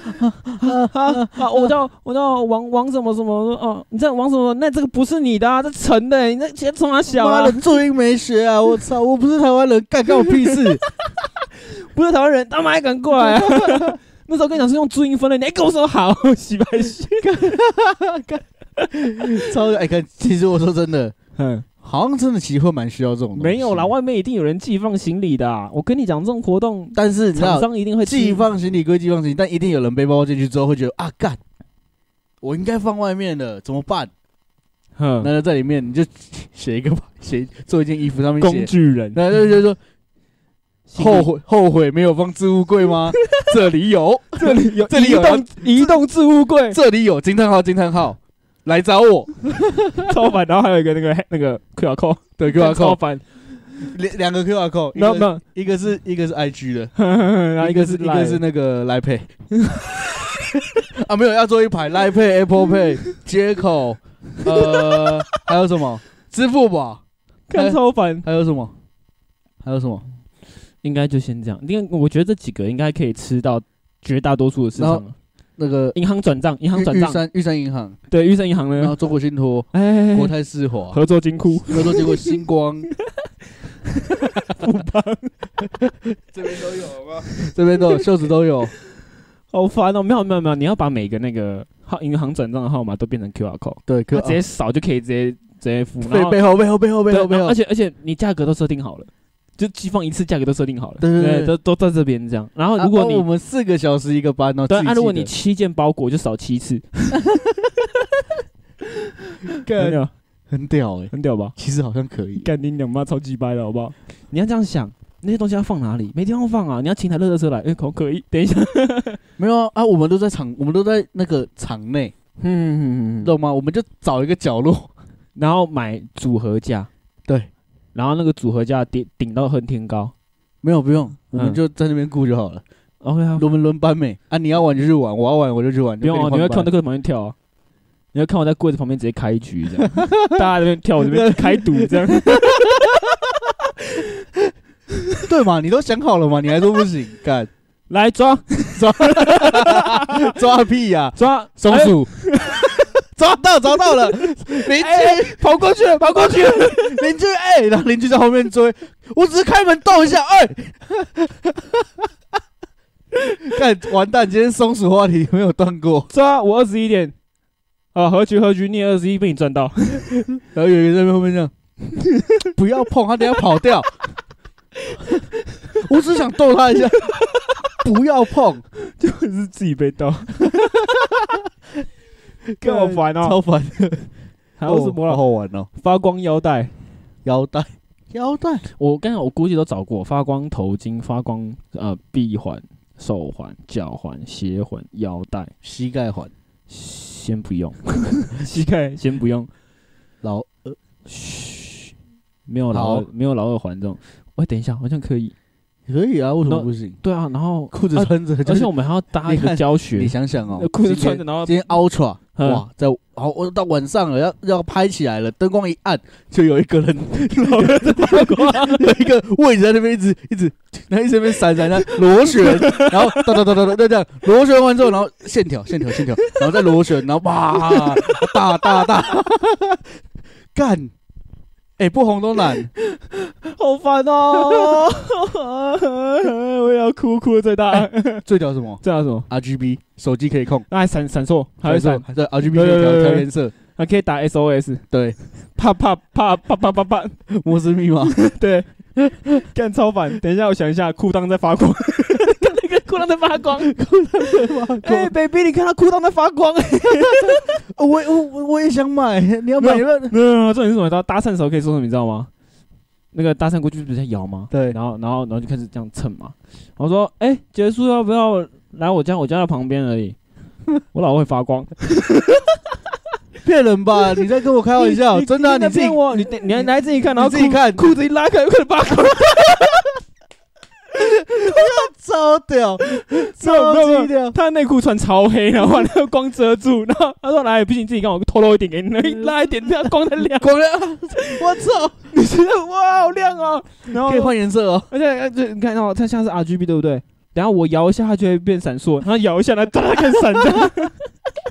B: 啊！我叫我叫王王什么什么哦、你这王什么？那这个不是你的、啊，这陈的、你那钱从哪小
C: 妈
B: 啊
C: 的，？注音没学啊！我操，我不是台湾人，干干我屁 事！
B: 不是台湾人，他妈还敢过来、啊？那时候跟你讲是用注音分类，你还跟我说好洗白洗？
C: 超哎，看，其实我说真的，
B: 嗯，
C: 好像真的其实会蛮需要这种东西。
B: 没有啦，外面一定有人寄放行李的啊、我跟你讲，这种活动
C: 但是你知
B: 厂
C: 道，
B: 商一定会
C: 寄放行李归寄放行李，但一定有人背包进去之后会觉得啊，干，我应该放外面的，怎么办？那
B: 嗯
C: 就在里面，你就写一个吧，写做一件衣服上面
B: 工
C: 写，
B: 具人，
C: 然后就觉得说
B: 行李
C: 后悔后悔没有放置物柜吗？ 这里 有，
B: 这里有
C: 这里
B: 移
C: 有
B: 动移动置物柜，
C: 这里有，惊叹号惊叹号，来找我，
B: 超烦，然后还有一个那个那个 QR code
C: 对 QR
B: 超
C: code，
B: 烦，
C: 两两个 QR code，一
B: 没有没
C: 个
B: 有，
C: 一个是一个是 IG 的，
B: 然后
C: 一
B: 一个
C: 是
B: 是
C: 啊一个是那个来 pay，啊没有要做一排来 pay Apple Pay 接口，呃还有什么支付宝，
B: 看超烦，
C: 还有什么还有什么，
B: 应该就先这样，因为我觉得这几个应该可以吃到绝大多数的市场了。
C: 那个
B: 银行转账，银行转
C: 玉玉
B: 账，
C: 山玉山银行，
B: 对，玉山银行
C: 然后
B: 呢？
C: 中国信托、
B: 哎哎，哎
C: 国泰世华，
B: 合作金库，
C: 合作结果星光， 这边都有吗？这边都有，袖子都有。
B: 好烦哦！没有没有没有，你要把每个那个号银行转账的号码都变成 QR code，
C: 对，可啊
B: 它直接扫就可以直接直接付，然
C: 背
B: 后
C: 背后背后背后背
B: 对
C: 后背
B: 然后
C: 后
B: 而，且而且你价格都设定好了。就寄放一次价格都设定好了，
C: 对对
B: 都
C: 对
B: 都在这边这样。然后
C: 啊
B: 如果
C: 啊
B: 你
C: 我们四个小时一个班哦，
B: 对，
C: 自己
B: 啊，如果
C: 记
B: 你
C: 得
B: 七件包裹就少七 次，很屌，
C: 很屌哎，
B: 很屌吧？
C: 其实好像可以。
B: 干你娘妈，超级掰的好不好？你要这样想，那些东西要放哪里？没地方放啊！你要请台乐乐车来，哎、可可以？等一下，
C: 没有啊啊，我们都在场，我们都在那个场内，
B: 嗯
C: 懂吗？我们就找一个角落，
B: 然后买组合架，
C: 对，
B: 然后那个组合架顶顶到恨天高。
C: 没有不用，我们就在那边顾就好了。
B: OK 啊，
C: 我们轮班没啊？你要玩就去玩，我要玩我就去玩，
B: 不用啊，
C: 就跟
B: 你要
C: 换
B: 看我在
C: 班
B: 柜子旁边跳啊，你要看我在柜子旁边直接开一局 这样，大家在那边跳，我这边开赌这样。
C: 对嘛？你都想好了嘛？你还说不行？ 干
B: 来抓
C: 抓屁呀！
B: 抓
C: 松
B: 哎
C: 鼠， 抓到抓到 了，邻居
B: 哎跑过去了，跑过去了。
C: 邻居哎，然后邻居在后面追，我只是开门逗一下哎。 干完蛋！今天松鼠话题没有断过，
B: 抓我二十一点，啊，何局何局，你二十一被你赚到，
C: 然后有人在那边后面这样， 不 要碰他，等下跑掉。我只是想逗他一下， 不要碰，
B: 是自己被 盗，更好烦哦。
C: 超烦。
B: 还有什么
C: 好
B: 啦
C: 好玩哦？
B: 发光腰带？
C: 腰带，腰带，
B: 我刚才我估计都找过，发光头巾、发光呃臂环、手环、脚环、鞋环、腰带，
C: 膝盖环，
B: 先不 用，膝盖 先不用，
C: 老二
B: 嘘，没有老二
C: 好
B: 没有老二环这种。喂，等一下，好像可以。
C: 可以啊，为什么
B: 那
C: 不行？
B: 对啊，然后
C: 裤子
B: 啊
C: 穿着，
B: 而
C: 就
B: 且
C: 是
B: 我们还要搭一
C: 你
B: 个
C: 看
B: 教学
C: 你，想想哦
B: 那，裤子
C: 今
B: 穿
C: 天
B: 着，然后
C: 今天 Ultra
B: 嗯
C: 哇，在好，我到晚上了，要要拍起来了，灯光一暗，就有一个人老人在发光，有一个位置在那边一直一直，然后一直在那边闪闪闪螺旋，然后哒哒哒哒哒哒这样螺旋完之后，然后线条线条线条，然后再螺旋，然后哇大大大干，哎不红都懒，
B: 好烦哦， 我也要哭，哭的最 大。
C: 最屌什么
B: 这叫什么？
C: RGB 手机可以控，
B: 那还闪闪烁，还会闪，
C: 对 RGB
B: 有
C: 可
B: 有
C: 以
B: 有
C: 调
B: 有
C: 调颜色，
B: 还可以打 SOS，
C: 对
B: 啪啪啪啪啪啪啪，
C: 摩斯密码。
B: 对， 干超烦。等一下，我想一下，裤裆在发光， 看那个 裤裆在发光，哎，baby，你看他裤裆在发光。
C: 哦我也我我我也想 买，你要买
B: 没
C: 有没有？
B: 没有没有，重点是什么？到搭讪的时候可以说什么，你知道吗？那个搭讪过去不是在摇吗？
C: 对
B: 然后然后然后就开始这样蹭嘛。然后说，哎、结束要不要来我家？我家在旁边而已。 我老会发光，
C: 骗人 吧？你在跟我开玩笑？真的啊、你自己
B: 骗我，你你你来自己看，然后
C: 你自己
B: 裤
C: 看
B: 裤子一拉开，有可能发光。
C: 超 屌， 超
B: 没有没有
C: 级屌！
B: 他内裤穿超黑，然后把那个光遮住，然后他说来，不行，你自己看，我透露一点给你，拉一点，这样光在 亮。
C: 果然，我操，
B: 你觉得哇，好亮哦。然后
C: 可以换颜色哦。
B: 而且呃这你看哦，它现在是 RGB 对不对？等下我摇一下，它就会变闪烁，然后摇一下，它它更闪的，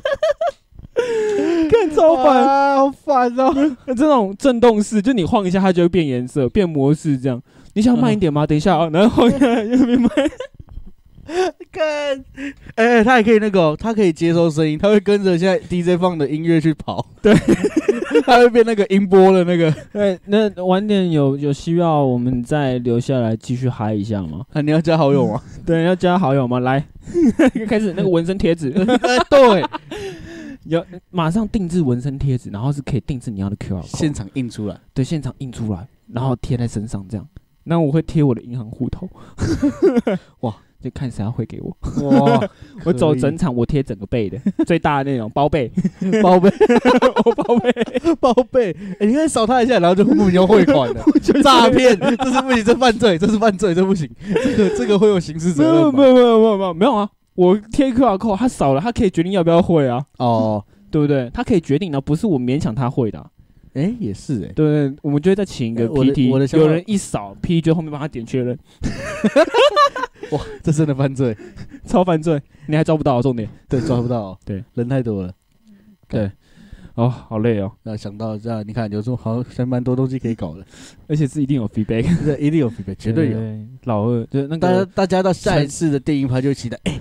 B: 看超烦。呃
C: 啊，好烦哦！
B: 这种震动式，就你晃一下，它就会变颜色、变模式这样。你
C: 嗯
B: 想慢一点吗？等一下啊，然后 晃一下又变慢。
C: 看， 哎、他还可以那个哦、他可以接收声音，他会跟着现在 DJ 放的音乐去跑。
B: 对，
C: 他会变那个音波的那个。
B: 对，那晚点有有需要我们再留下来继续嗨一下吗？
C: 啊，你要加好友吗？
B: 对，要加好友吗？来，开始那个纹身贴纸，
C: 哎对，
B: 有马上定制纹身贴纸，然后是可以定制你要的 QR code。
C: 现场印出来。
B: 对，现场印出来，然后贴在身上这样。那我会贴我的银行户头，
C: 哇，
B: 就看谁要汇给我。
C: 哇，
B: 我走
C: 可以
B: 整场，我贴整个背的最大的那种包背，
C: 宝贝，
B: 我包背
C: 宝贝，哎，你看扫他一下，然后就莫名要汇 款了。诈骗，这是不行，这犯罪，这是犯罪，这不行，这个这个会有刑事
B: 没
C: 责
B: 有
C: 任
B: 没有没
C: 吗？
B: 有没有没有没有啊！我贴 QR code，他扫了，他可以决定要不要汇啊，
C: 哦，
B: 对不对？他可以决定的，不是我勉强他汇的啊、
C: 哎，也是哎，
B: 对不对？我们就会再请一个
C: 哎我的
B: PT，
C: 我的想法
B: 有人一扫 PT 就后面帮他点确认，
C: 哇，这真的犯罪，
B: 超犯罪，你还抓不到、啊重点。
C: 对，抓不到哦，
B: 对，
C: 人太多了。
B: 哦，好累哦，
C: 那想到这样，你看有时候好像蛮多东西可以搞的，
B: 而且是一定有 feedback，
C: 这一定有 feedback，绝对有。
B: 有。老二，对那个
C: 大家大家到下一次的电影拍就会期待，哎，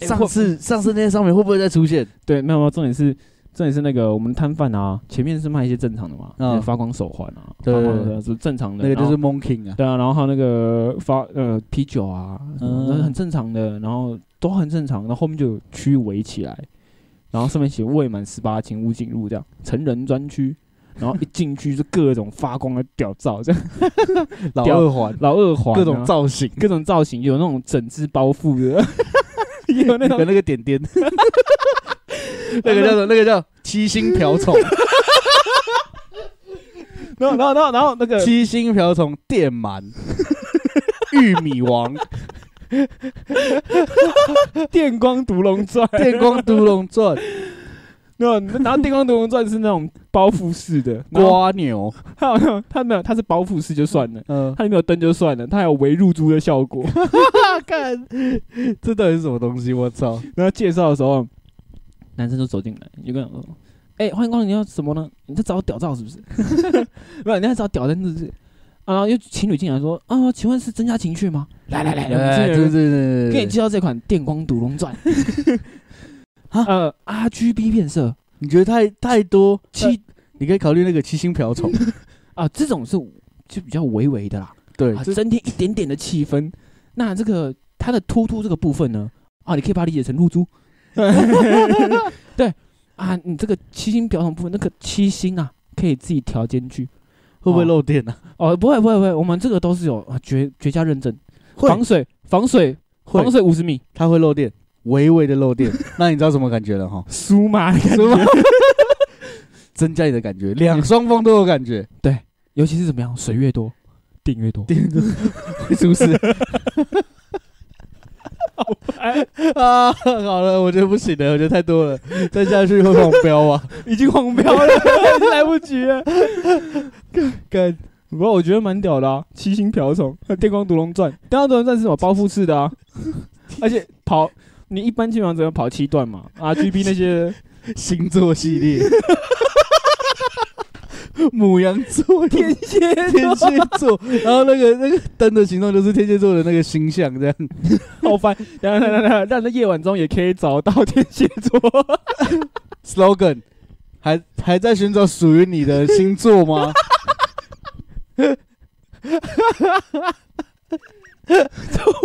B: 哎
C: 上
B: 会
C: 次上次那些商品会不会再出现？
B: 对，没有没有，重点是重点是那个我们摊贩啊，前面是卖一些正常的嘛，
C: 嗯
B: 那个发光手环啊，
C: 对
B: 发
C: 对
B: 光
C: 对
B: 的是正常的，
C: 那个就
B: 然
C: 是
B: 后
C: Monkey 啊，
B: 对啊，然后还有那个发呃啤酒啊，
C: 嗯
B: 嗯，很正常的，然后都很正常，然后后面就有区域围起来，然后上面写未满十八请勿进入这样，成人专区。然后一进去就各种发光的屌照， 这样
C: 老
B: 屌
C: 二环，
B: 老二环啊、
C: 各种造型，
B: 各种造型，有那种整只包覆 的，也有那
C: 有
B: 种
C: 那个点点， 那个叫什么？那个叫七星瓢 虫。
B: 然后然后然后然后那 个
C: 七星瓢虫电鳗、 玉米 王、
B: 电光独龙传，
C: 电光独龙传、
B: 那然后电光独龙钻是那种包覆式的，然后
C: 瓜牛，
B: 它好像它没有，它是包覆式就算了，
C: 嗯，
B: 它里面有灯就算了，它还有围入珠的效果。
C: 看这到底是什么东西？我 操！
B: 然后介绍的时候，男生就走进来，就跟我说：“哎、欢迎光临，你要什么呢？你在找我屌照是 不是？没有，你在找屌灯是不是？”啊，然后又情侣进来说：“啊，请问是增加情趣吗？来来来，我们这
C: 哎对
B: 个
C: 对对
B: 给你
C: 对
B: 介
C: 对，
B: 绍这款电光独龙 钻，
C: 啊
B: 呃，RGB 变色
C: 你觉得太太多
B: 七
C: 七，你可以考虑那个七星瓢 虫，
B: 啊、这种是就比较微微的啦。”
C: 对
B: 啊，
C: 这
B: 增添一点点的气氛。那这个它的突突这个部分呢，啊，你可以把它理解成露珠。 对啊，你这个七星瓢虫部分，那个七星啊，可以自己调间距。
C: 会不会漏电呢、啊？
B: 哦，不会不会不会，我们这个都是有啊绝绝佳认证，
C: 哦会
B: 防水防水
C: 会
B: 防水五十米，
C: 它会漏电，微微的漏 电。那你知道什么感觉了哈？
B: 舒马的感
C: 什
B: 觉
C: 么？ 增加你的感觉，两双方都有感觉，
B: 尤其是怎么样，水越多，电越多。
C: 电子会出事啊！好了，我觉得不行了，我觉得太多了，再下去会黄标啊！
B: 已经黄标 了，已经来不及了。
C: 干
B: 不过我觉得蛮屌的啊，七星瓢虫、呃电光毒龙钻，电光毒龙钻是什么包覆式的 啊？而且跑，你一般基本上只能跑七段嘛，RGB 那些
C: 星座系列， 母羊座、天
B: 蝎
C: 天蝎座，然后那个那个灯的形状就是天蝎座的那个星象，这样
B: 好烦。然后，然后，然后，让在夜晚中也可以找到天蝎座。
C: slogan 还还在寻找属于你的星座 吗？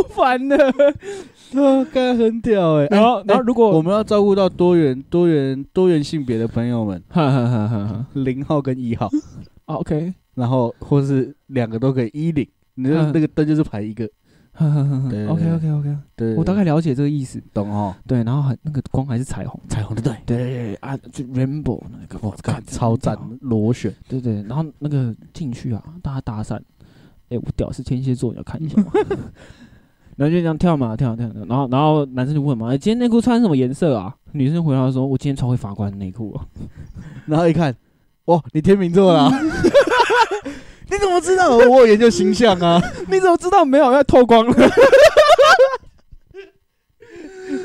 B: 烦的。
C: 啊，干很屌哎、欸！
B: 然后，然后如果
C: 我，们要照顾到多元、多元、多元性别的朋友们，
B: 哈哈哈哈哈。
C: 零号跟一号，
B: 啊 OK，
C: 然后或是两个都可以一零，你的
B: 嗯
C: 那个灯就是排一个，
B: 哈哈哈哈
C: 对对对
B: OK，OK，OK。
C: 对，
B: 我大概了解这个意思。
C: 懂哦，
B: 对，然后还那个光还是彩虹。
C: 彩虹的对，
B: 对对对啊，就 rainbow 那个，我
C: 干超赞，螺旋，
B: 对对，然后那个进去啊，大家搭讪，哎、我屌是天蝎座，你要看一下吗？ 然后就这样跳嘛，跳跳跳，然后然后男生就问嘛，哎今天内裤穿什么颜色啊？女生回答说，我今天穿会发光的内裤啊。
C: 然后一看，哇，你天秤座啦、啊你怎么知道？我有研究星象 啊！
B: 你怎么知道没有？要透光了，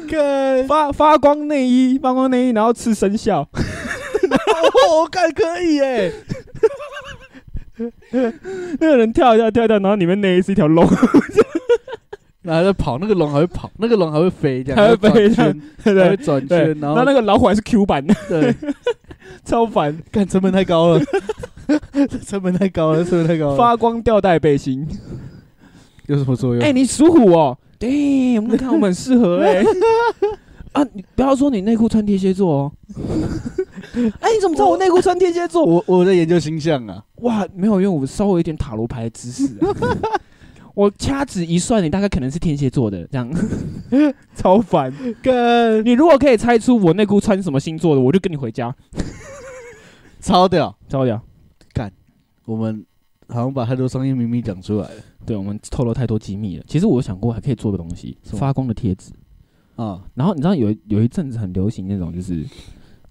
C: 看，
B: 发发光内衣，发光内衣，然后吃生肖，
C: 哦，看可以哎、
B: 那个人跳一下跳一跳，然后里面内衣是一条龙，
C: 然后还在跑，那个龙还会跑，那个龙还会飞，这样
B: 还会飞
C: 转圈，
B: 对
C: 还
B: 对
C: 会转
B: 对，
C: 圈，然后
B: 那个老虎还是 Q 版的，
C: 对，
B: 超烦，
C: 干成本太高了， 成本太高了，成本太高了。
B: 发光吊带背心。
C: 有什么作用？
B: 哎、你属虎哦，对，我们看我们很适合 哎、啊，你不要说你内裤穿天蝎座 哦。哎、你怎么知道我内裤穿天蝎座？
C: 我我在研究星象啊，
B: 哇，没有，因为我稍微有点塔罗牌的知识、 啊。我掐指一算，你大概可能是天蝎座的，这 样超烦。
C: 干
B: 你如果可以猜出我内裤穿什么星座的，我就跟你回家，
C: 超屌！
B: 超屌。
C: 我们好像把太多商业秘密讲出来了
B: 对我们透露太多机密了。其实我想过还可以做个东西，
C: 什么
B: 发光的贴纸。
C: 啊！
B: 然后你知道有有一阵子很流行那种就是，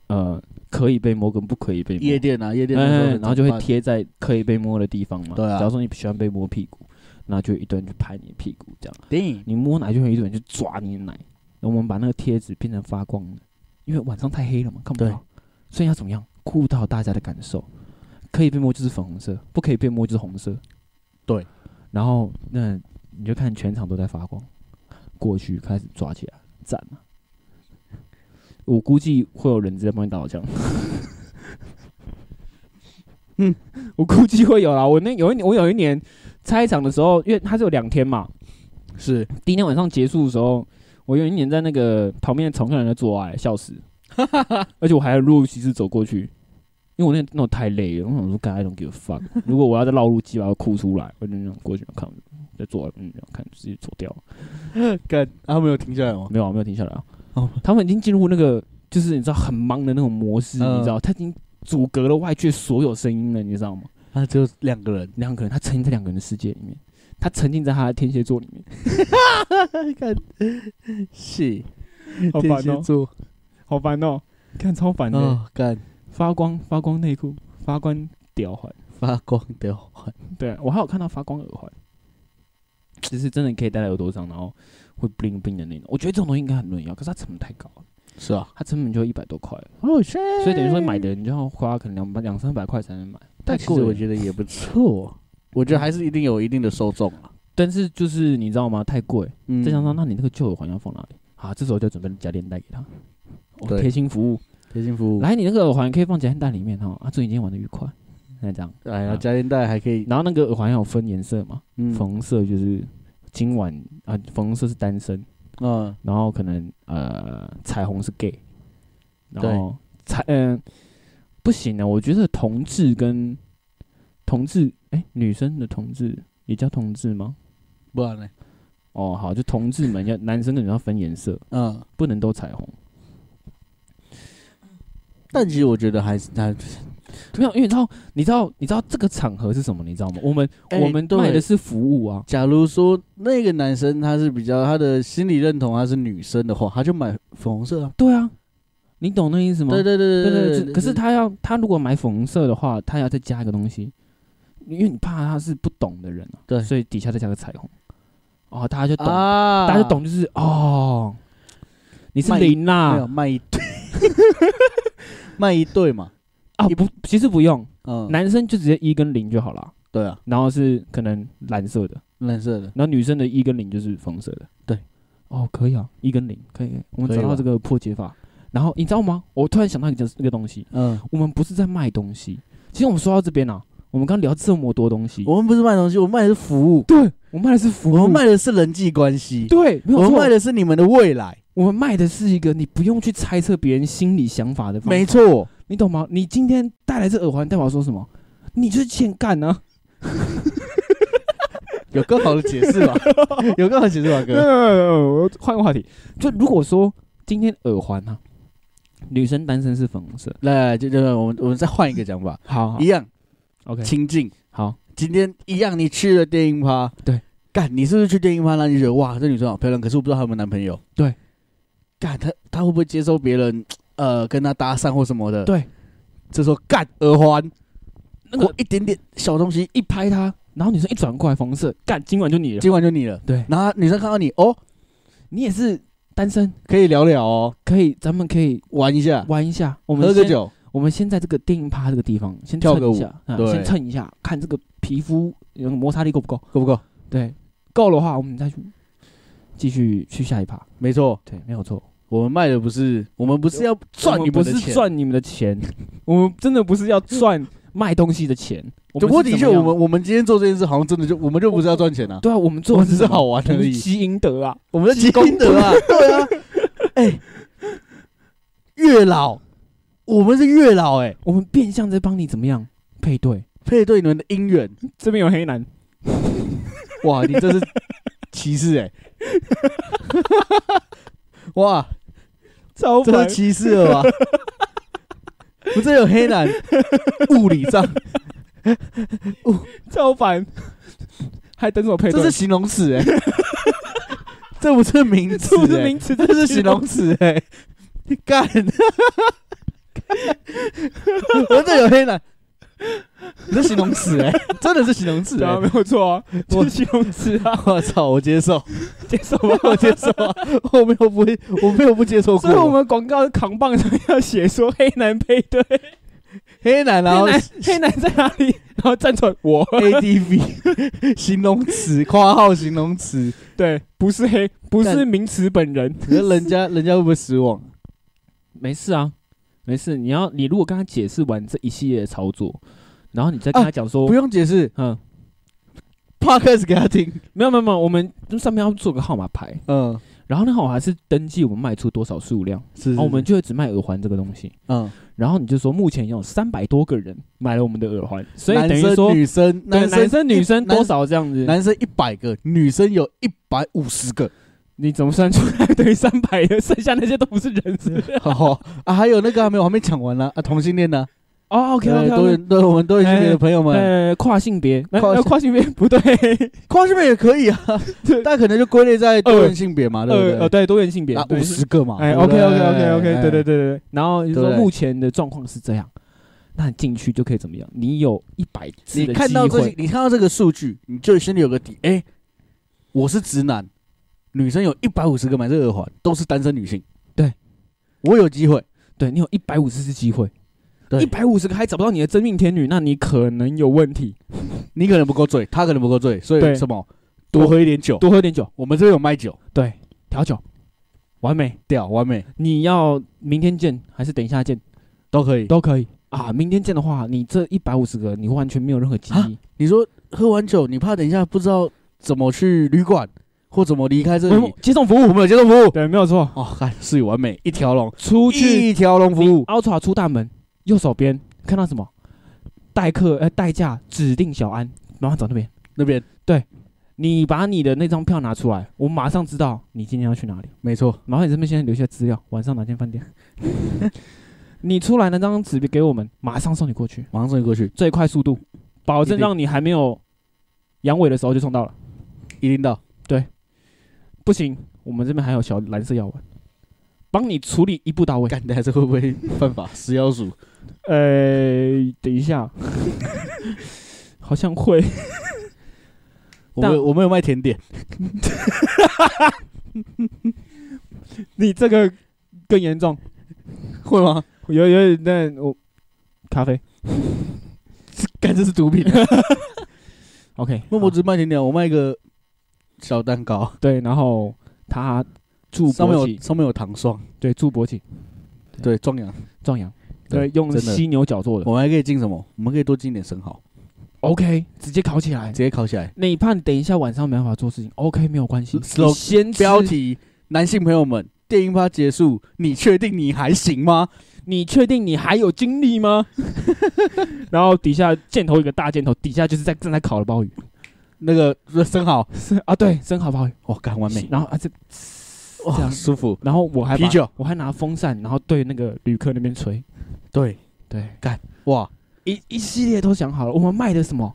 B: 呃，可以被摸跟不可以被摸，
C: 夜店啊，夜店的时候
B: 嗯，
C: 很
B: 然后就
C: 怎
B: 会
C: 么办
B: 贴在可以被摸的地方嘛。
C: 对啊
B: 假如说你喜欢被摸屁股，然后就一顿去拍你的屁股，这样
C: 电影，
B: 你摸奶就会有一顿去抓你的奶。然后我们把那个贴纸变成发光的，因为晚上太黑了嘛，看不
C: 对
B: 到，所以要怎么样顾到大家的感受？可以被摸就是粉红色，不可以被摸就是红色。
C: 对，
B: 然后那你就看全场都在发光，过去开始抓起来，赞啊！我估计会有人直接帮你打好枪。 嗯，我估计会有啦。我那有一年，我有一年拆场的时候，因为它是有两天嘛，
C: 是
B: 第一天晚上结束的时候，我有一年在那个旁边的床上人在做爱，笑 死，而且我还若无其事走过去，因为我那那我太累了，我想说该 I don't give a fuck，如果我要再绕路鸡巴，我哭出来，我就那样过去看，在做爱，嗯，这样看直接走掉，
C: 干，啊他们有停下来吗？
B: 没有、啊、没有停下来啊，
C: 哦
B: 他们已经进入那个就是你知道很忙的那种模式，
C: 嗯
B: 你知道他已经阻隔了外界所有声音了，你知道吗？
C: 啊，只有两个人，
B: 两个人他沉浸在两个人的世界里面，他沉浸在他的天蝎座里面，
C: 干是
B: 好
C: 天
B: 烦
C: 蝎
B: 哦，
C: 座
B: 好烦哦，看超烦的、
C: 啊，干
B: 发光发光内裤，发光吊环。
C: 发光的环，
B: 对我还有看到发光耳环，就是真的可以戴在耳朵上，然后会 bling bling 的那种。我觉得这种东西应该很多人要，可是它成本太高了，
C: 是啊，
B: 它成本就一百多块了，
C: 哦是，
B: 所以等于说买的人就要花可能两百两三百块才能买，太
C: 但其
B: 贵
C: 实我
B: 了。
C: 觉得也不错，我觉得还是一定有一定的受众啊。
B: 但是就是你知道吗？太贵，
C: 嗯
B: 再加上那你那个旧耳环要放哪里？啊，这时候就准备夹链袋给他，哦
C: 对
B: 贴心服务。
C: 贴心服务，
B: 来，你那个耳环可以放夹链袋里面哈，啊，祝你今天玩的愉快。那这样，
C: 哎呀，加链带还可以，
B: 然后那个耳环要有分颜色嘛，
C: 嗯
B: 粉红色就是今晚啊、粉红色是单身，
C: 嗯，
B: 然后可能呃彩虹是 gay，
C: 对
B: 然后彩嗯、不行啊，我觉得同志跟同志哎、女生的同志也叫同志吗？
C: 不然呢？
B: 哦，好，就同志们要男生跟女生要分颜色，
C: 嗯，
B: 不能都彩虹。
C: 但其实我觉得还是他，
B: 没有，因为你知道，你知道，你知道这个场合是什么？你知道吗？我们、
C: 哎
B: 我们
C: 对
B: 卖的是服务啊，
C: 假如说那个男生他是比较他的心理认同他是女生的话，他就买粉红色啊。
B: 对啊，你懂那意思吗？
C: 对对对
B: 对对
C: 对
B: 对，可是他要他如果买粉红色的话，他要再加一个东西，因为你怕他是不懂的人啊，
C: 对
B: 所以底下再加个彩虹，哦，大家就懂，
C: 啊，
B: 大家就懂，就是哦，你是
C: 卖
B: 零
C: 没有
B: 啦，
C: 卖一对，卖一对嘛，
B: 啊
C: 一
B: 不，其实不用，
C: 嗯，
B: 男生就直接一跟零就好了，
C: 对啊，
B: 然后是可能蓝色的，
C: 蓝色的，
B: 然后女生的一跟零就是粉红色的，
C: 对，
B: 哦，可以啊，一跟零可以，可以我们
C: 可以
B: 找到
C: 吧
B: 这个破解法，然后你知道吗？我突然想到一个一个东西，
C: 嗯，
B: 我们不是在卖东西。其实我们说到这边啊，我们刚聊这么多东西，
C: 我们不是卖东西，我们卖的是服务，
B: 对我卖的是服务，
C: 我们卖的是人际关系，
B: 对，没有
C: 我们
B: 错
C: 卖的是你们的未来，
B: 我们卖的是一个你不用去猜测别人心里想法的方
C: 没
B: 法，
C: 错，
B: 你懂吗？你今天带来这耳环，代表说什么？你就是欠干 啊！
C: 有更好的解释吗？有更好的解释吗，哥？
B: 呃换个话题，就如果说今天耳环啊，女生单身是粉红色，
C: 来来，就就我们我们再换一个讲法，
B: 好好
C: 一样
B: ，OK，
C: 情境，
B: 好，
C: 今天一样，你去了电音趴，
B: 对，
C: 干，你是不是去电音趴，然后你觉得哇，这女生好啊漂亮，可是我不知道她有没有男朋友，
B: 对，
C: 干，她她会不会接受别人呃跟她搭讪或什么的？
B: 对，
C: 这时候干耳环，
B: 那个
C: 或一点点小东西，
B: 一拍她，然后女生一转过来粉红色，干，今晚就你了。
C: 今晚就你了。
B: 对
C: 然后女生看到你哦，
B: 你也是单身，
C: 可以聊聊哦，
B: 可以，咱们可以
C: 玩一下，
B: 玩一下，我们
C: 啊喝个
B: 先
C: 酒，
B: 我们先在这个电音趴这个地方先
C: 跳
B: 蹭
C: 个
B: 一
C: 舞
B: 下，啊
C: 对
B: 先蹭一下，看这个皮肤有摩擦力够不够。
C: 够不够？
B: 对，够的话，我们再去继续去下一趴。
C: 没错，
B: 对，没有错，
C: 我们卖的不是，我们不是要赚
B: 我
C: 你
B: 们不
C: 们的
B: 是
C: 钱。
B: 赚你们的钱，我们真的不是要赚卖东西的钱。我
C: 对，
B: 们
C: 不过
B: 是
C: 的
B: 怎么
C: 确，我
B: 样
C: 们我们今天做这件事，好像真的就我们就不是要赚钱啊，
B: 对啊，我们
C: 我
B: 做的
C: 们只是
B: 什么
C: 好玩
B: 我
C: 而
B: 们是
C: 已。
B: 积阴德啊，
C: 我们在积功 德啊，对啊，哎，月老，我们是月老哎，
B: 我们变相在帮你怎么样配对。
C: 配对你们的姻缘，
B: 这边有黑男，
C: 哇，你这是歧视哎， 哇，
B: 超
C: 这是歧视了吧？我这有黑男，物理上
B: 超凡，还等什么 配
C: 这是形容词哎、这不是名词、
B: 这
C: 欸，
B: 不是名词，
C: 这是形容词哎、 干， 我这有黑男，你这形容词哎、真的是形容词
B: 对
C: 哎、
B: 啊，没有错啊，这
C: 我
B: 是形容词啊，
C: 我操！我接受，
B: 接受吧。
C: 我接受啊，我没有不会，我没有不接受
B: 所以我
C: 过。
B: 们广告的扛棒上要写说黑男配对，
C: 黑男，然后
B: 黑男黑男在哪里？然后站出来我，
C: ADV 形容词，括号形容词，
B: 对，不是黑，不是
C: 但
B: 名词本人。
C: 可是人家人家会不会失望？
B: 没事啊，没事。你要你如果跟他解释完这一系列的操作，然后你再跟
C: 啊
B: 他讲说
C: 不，用解释
B: 嗯，
C: ，Podcast 给他听。
B: 没有没有没有，我们上面要做个号码牌，
C: 嗯，
B: 然后那号码牌是登记我们卖出多少数量，
C: 是
B: 哦然后我们就会只卖耳环这个东西。
C: 嗯，
B: 然后你就说，目前有三百多个人买了我们的耳环，所以
C: 男
B: 等于
C: 生
B: 说
C: 女生
B: 对
C: 男
B: 男生女生
C: 男
B: 多少这样子？
C: 男生一百个，女生有一百五十个。
B: 你怎么算出来 等于三百的？剩下那些都不是 人，是不是？
C: 好啊，还有那个还没有，我还没讲完呢啊，同性恋呢
B: 哦，OK
C: 对
B: OK，
C: 多元对我们多元性别的朋友们，
B: 呃，跨性别，那
C: 跨
B: 那跨性别不对，
C: 跨性别也 可以啊，但可能就归类在多元性别嘛，啊对
B: 呃
C: 不
B: 呃，
C: 对？
B: 对，多元性别
C: 啊，
B: 对
C: 五十个嘛，
B: 哎
C: 对不
B: ，OK
C: 对
B: OK OK OK，对对对对。
C: 哎
B: 对，然后就说
C: 对不对
B: 目前的状况是这样，那你进去就可以怎么样？你有一百次
C: 你
B: 的
C: 看
B: 机
C: 到这些
B: 会，，
C: 你看到这个数据，你就心里有个底，哎，我是直男，女生有一百五十个买这个耳环，都是单身女性，
B: 对，
C: 我有机会，
B: 对你有一百五十次机会，
C: 对
B: 一百五十个还找不到你的真命天女，那你可能有问题。
C: 你可能不够醉，他可能不够醉，所
B: 对
C: 以什么多喝一点酒，
B: 多喝点酒，
C: 我们这边有卖酒，
B: 对，调酒，完美。
C: 屌完美
B: 你要明天见还是等一下见？
C: 都可以。
B: 都可以啊。明天见啊的话，你这一百五十个，你完全没有任何记忆。
C: 你说喝完酒，你怕等一下不知道怎么去旅馆或怎么离开这
B: 我们
C: 里。
B: 接送服务
C: 我，们有接送服务，
B: 对，没有错。
C: 哦，看是完美一条龙，
B: 出去
C: 一条龙服务。
B: 奥特出大门，右手边看到什么？代客呃代驾指定小安，马上走那边。
C: 那边
B: 你把你的那张票拿出来，我马上知道你今天要去哪里。
C: 没错，
B: 麻烦你这边先留下资料，晚上哪间饭店？ 你出来那张纸给我们，马上送你过去，
C: 马上送你过去，
B: 最快速度，保
C: 一
B: 证
C: 定
B: 让你还没有阳痿的时候就送到了。
C: 一定到。
B: 不行，我们这边还有小蓝色药丸，帮你处理一步到位。
C: 干，但是会不会犯 法？食妖鼠，
B: 呃，等一下， 好像会。
C: 我们有我们有卖甜点，
B: 你这个更严重，
C: 会吗？
B: 有有那我咖 啡
C: 干，这是毒 品。
B: ，OK，
C: 那我只卖甜点，我卖一个小蛋糕，
B: 对，然后他助
C: 上面
B: 勃
C: 有
B: 起，
C: 上面有糖霜，
B: 对，助勃起
C: 对，壮阳。
B: 壮阳，
C: 对
B: 对，用
C: 真的
B: 犀牛角做的
C: 我们还可以进什么？我们可以多进点生蚝，
B: ，OK，直接烤起来
C: 直。接烤起来。
B: 哪怕你等一下晚上没办法做事情，OK，没有关系，
C: Slogan-
B: 你先吃
C: 标，题：男性朋友们，电音趴结束，你确定你还行吗？
B: 你确定你还有精力吗？ 然后底下箭头一个大箭头，底下就是在正在烤的鲍鱼，
C: 那个生蚝，
B: 是 啊，对，生蚝鲍鱼，
C: 哇，干完美，
B: 然后啊这，这
C: 哇，
B: 样
C: 舒服。
B: 然后我还把
C: 啤酒，
B: 我还拿风扇，然后对那个旅客那边吹，
C: 对，
B: 对，
C: 哇，
B: 一一系列都想好了，我们卖的什么？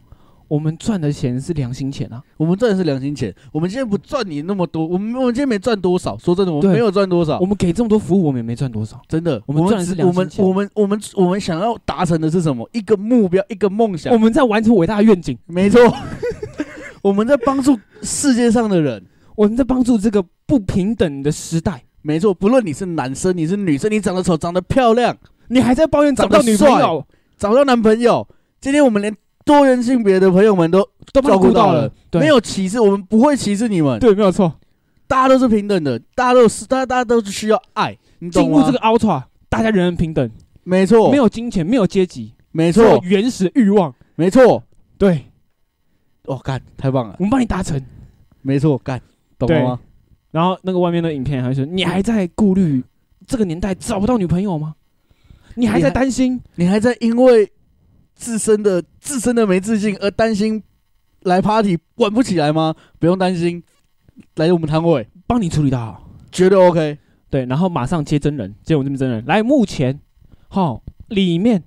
B: 我们赚的钱是良心钱啊！
C: 我们赚的是良心钱，我们今天不赚你那么多，我们我们今天没赚多少，说真的，我们
B: 对
C: 没有赚多少
B: 我，们给这么多服务，我们也没赚多少。
C: 真的，
B: 我们赚的是
C: 只我
B: 良
C: 们
B: 心钱
C: 我们我们我们想要达成的是什么？一个目标，一个梦想
B: 我，们在完成伟大的愿景，
C: 没错， 我们在帮助世界上的人。
B: 我们在帮助这个不平等的时代。
C: 没错，不论你是男生，你是女生，你长得丑，长得漂亮，
B: 你还在抱怨找不到女朋友，
C: 找不到男朋友，今天我们连多元性别的朋友们都
B: 都帮
C: 照
B: 你
C: 顾
B: 顾
C: 到
B: 了
C: 了，，
B: 对
C: 没有歧视，我们不会歧视你们，
B: 对，没有错。
C: 大家都是平等的，大家都是大家大家都是需要爱，你
B: 进
C: 懂
B: 入
C: 吗？
B: 这个 Ultra，大家人人平等，
C: 没错，
B: 没有金钱，没有阶级，
C: 没
B: 只有
C: 错，
B: 原始欲望。
C: 没错，
B: 对，
C: 哦，干，太棒了，
B: 我们帮你达成。
C: 没错，干，懂了吗？
B: 然后那个外面的影片还说，你还在顾虑这个年代找不到女朋友吗？你还
C: 你还
B: 在担心
C: 你还在因为自身的自身的没自信而担心来 party 玩不起来吗？不用担心，来我们摊位
B: 帮你处理到好。
C: 绝对 OK。
B: 对，然后马上接真人，接我们这边真人来。目前，哈，里面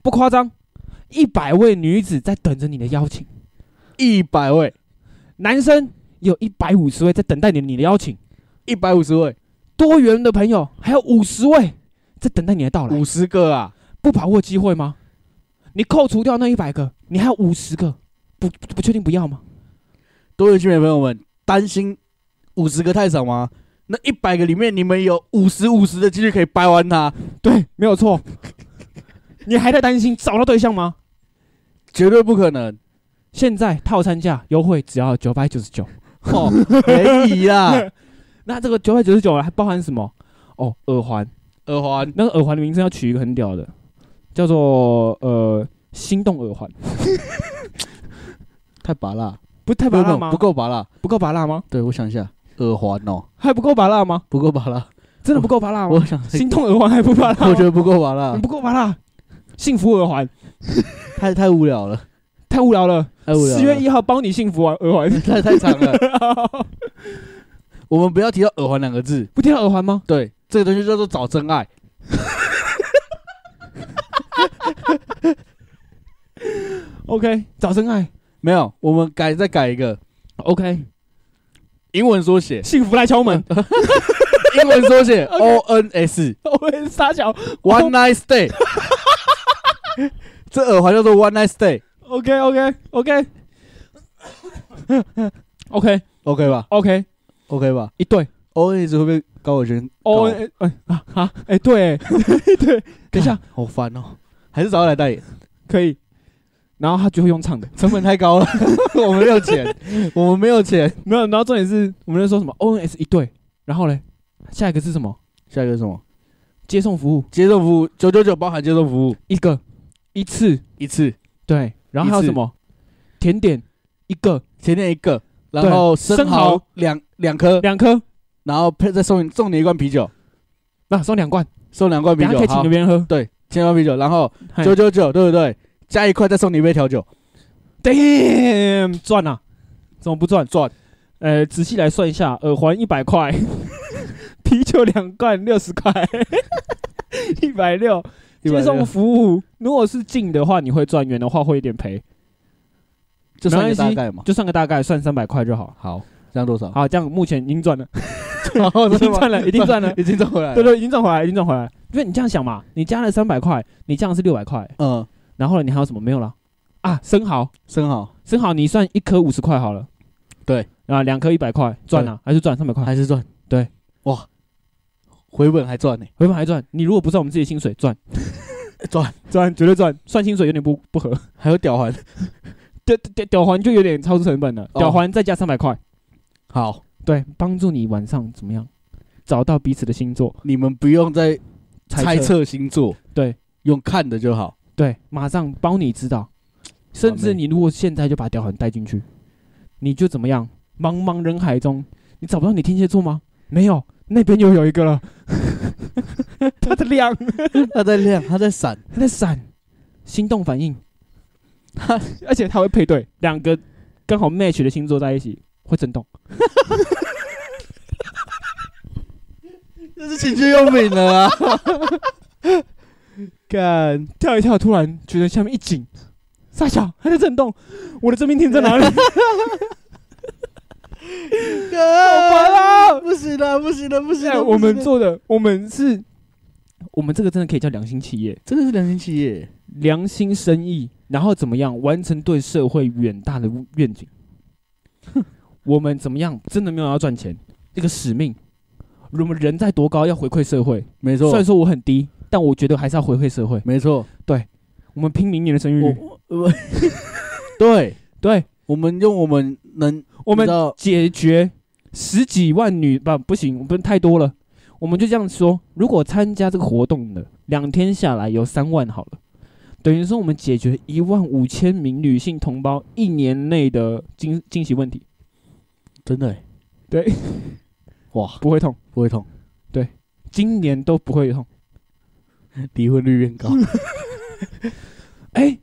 B: 不夸张，一百位女子在等着你的邀请，
C: 一百位，
B: 男生有一百五十位在等待你你的邀请，
C: 一百五十位，
B: 多元的朋友还有五十位在等待你的到来
C: 五。十个啊！
B: 不把握机会吗？你扣除掉那一百个，你还有五十个，不不不确定不要吗？
C: 多元性别朋友们，担心五十个太少吗？那一百个里面，你们有五十五十的几率可以掰弯它，
B: 对，没有错。你还在担心找到对象吗？
C: 绝对不可 能。
B: 现在套餐价优惠只要九百九十九。
C: 哦，便宜啦，
B: 那这个九百九十九还包含什么？哦，耳环，
C: 耳环，
B: 那个耳环的名称要取一个很屌的，叫做呃心动耳环，
C: 太拔辣，
B: 不太拔
C: 不
B: 辣
C: 够
B: 吗？
C: 不够拔辣。
B: 不够拔辣吗？
C: 对，我想一下，耳环哦，
B: 还不够拔辣吗？
C: 不够拔辣。
B: 真的不够拔辣
C: 我
B: 吗？
C: 想，
B: 心动耳环还不拔哦辣吗？
C: 我觉得不够拔辣
B: 你，不够拔辣，幸福耳环
C: 太太无聊了，
B: 太哎无聊了。
C: 太无聊了。
B: 四月一号帮你幸福玩耳环，
C: 太 太长了，我们不要提到耳环两个字。
B: 不听到耳环吗？
C: 对，这个东西叫做找真爱。
B: OK，找真爱。
C: 没有，我们改再改一个
B: OK，
C: 英文缩写，
B: 幸福来敲门。
C: 英文缩写 O N S
B: 我会傻笑。
C: One Night Stay。这 耳环叫做 One Night Stay。
B: OK OK OK OK
C: OK 吧
B: OK，
C: ，OK 吧
B: 一对。
C: ，O N S 会不会高我全？
B: 哦，
C: 高
B: 哎哎啊啊哎， 对对，等一下
C: 好烦哦，还是找他来代言，
B: 可以。然后他就会用唱的，
C: 成本太 高了，我们没有钱，我们没有钱。
B: 没有。然后重点是我们在说什么 ONS 一对，然后嘞，下一个是什么？
C: 下一个是什么？
B: 接送服务
C: 接送服务九九九包含接送服务
B: 一个一次，
C: 一次，
B: 对。然后还
C: 一
B: 有
C: 次
B: 什么？甜点一个，
C: 前天一个，然后
B: 对
C: 生
B: 生
C: 蚝
B: 蚝
C: 两两颗，
B: 两颗，
C: 然后配再送你送你一罐啤酒，
B: 那送两罐，
C: 送两罐啤
B: 等下
C: 酒
B: 可以，请哎
C: 好
B: 别，人喝。
C: 对，千罐啤酒，然后
B: 嗨
C: 九九九，对不对？加一块再送你一杯调酒，
B: Damn，赚啊！怎么不赚？
C: 赚！
B: 呃，仔细来算一下，耳环一百块， 啤酒两罐六十块， 一百六。接送
C: 160
B: 服务，如果是近的话，你会赚；远的话会一点赔。
C: 就算一
B: 没
C: 个
B: 关
C: 大
B: 系
C: 概嘛。
B: 就算个大概，算三百块就好。
C: 好，这样多少？
B: 好，这样目前已经赚了，
C: 然后。
B: 已经赚了，已经赚了
C: 已哦经赚回来了。
B: 对对，已经赚回来，已经赚回来。因为你这样想嘛，你加了三百块，你这样是六百块，
C: 嗯，
B: 然后呢，你还有什么没有了？啊，生蚝，
C: 生蚝
B: 生蚝，你算一颗五十块好了。
C: 对
B: 啊，两颗一百块，赚了还是赚三百块？
C: 还是赚，
B: 对，
C: 哇，回本还赚呢，
B: 回本还赚。你如果不算我们自己的薪水赚，
C: 赚
B: 赚绝对赚。算薪水有点不不合，
C: 还有屌环。
B: 屌屌屌环就有点超出成本了。
C: 哦
B: 屌环再加三百块，
C: 好，
B: 对，帮助你晚上怎么样找到彼此的星座，
C: 你们不用再猜测星座，
B: 对，
C: 用看的就好。
B: 对，马上帮你知道。甚至你如果现在就把屌环带进去，你就怎么样？茫茫人海中，你找不到你天蝎座吗？没有，那边又有一个 了，它的亮，
C: 它在亮，它在闪，
B: 它在闪，心动反应， 它而且它会配对，两个刚好 match 的星座在一起会震动。
C: 这是情趣用品了 啊！干，
B: 跳一跳，突然觉得下面一紧，傻小，它在震动，我的真命天在 哪里？
C: 好
B: 烦啊
C: 不行了，不行了，不行
B: 哎
C: 了！
B: 我们
C: 不行了啊
B: 做的，我们是，我们这个真的可以叫良心企业，
C: 真的是良心企业，
B: 良心生意，然后怎么样完成对社会远大的愿 景？我们怎么样真的没有要赚钱，这个使命，我们人在多高要回馈社会。
C: 没
B: 虽
C: 错
B: 然，说我很低，但我觉得还是要回馈社会。
C: 没错。
B: 我们拼明年的生育率，
C: 我，我对，
B: 对
C: 我们用我们能，
B: 我们
C: 你知道
B: 解决十几万女不不行，不能太多了。我们就这样说，如果参加这个活动的两天下来有三万好了，等于说我们解决一万五千名女性同胞一年内的经经期问题，
C: 真的欸，
B: 对，
C: 哇，
B: 不会痛，
C: 不会痛，
B: 今年都不会痛。
C: 离婚率 变高，
B: 哎、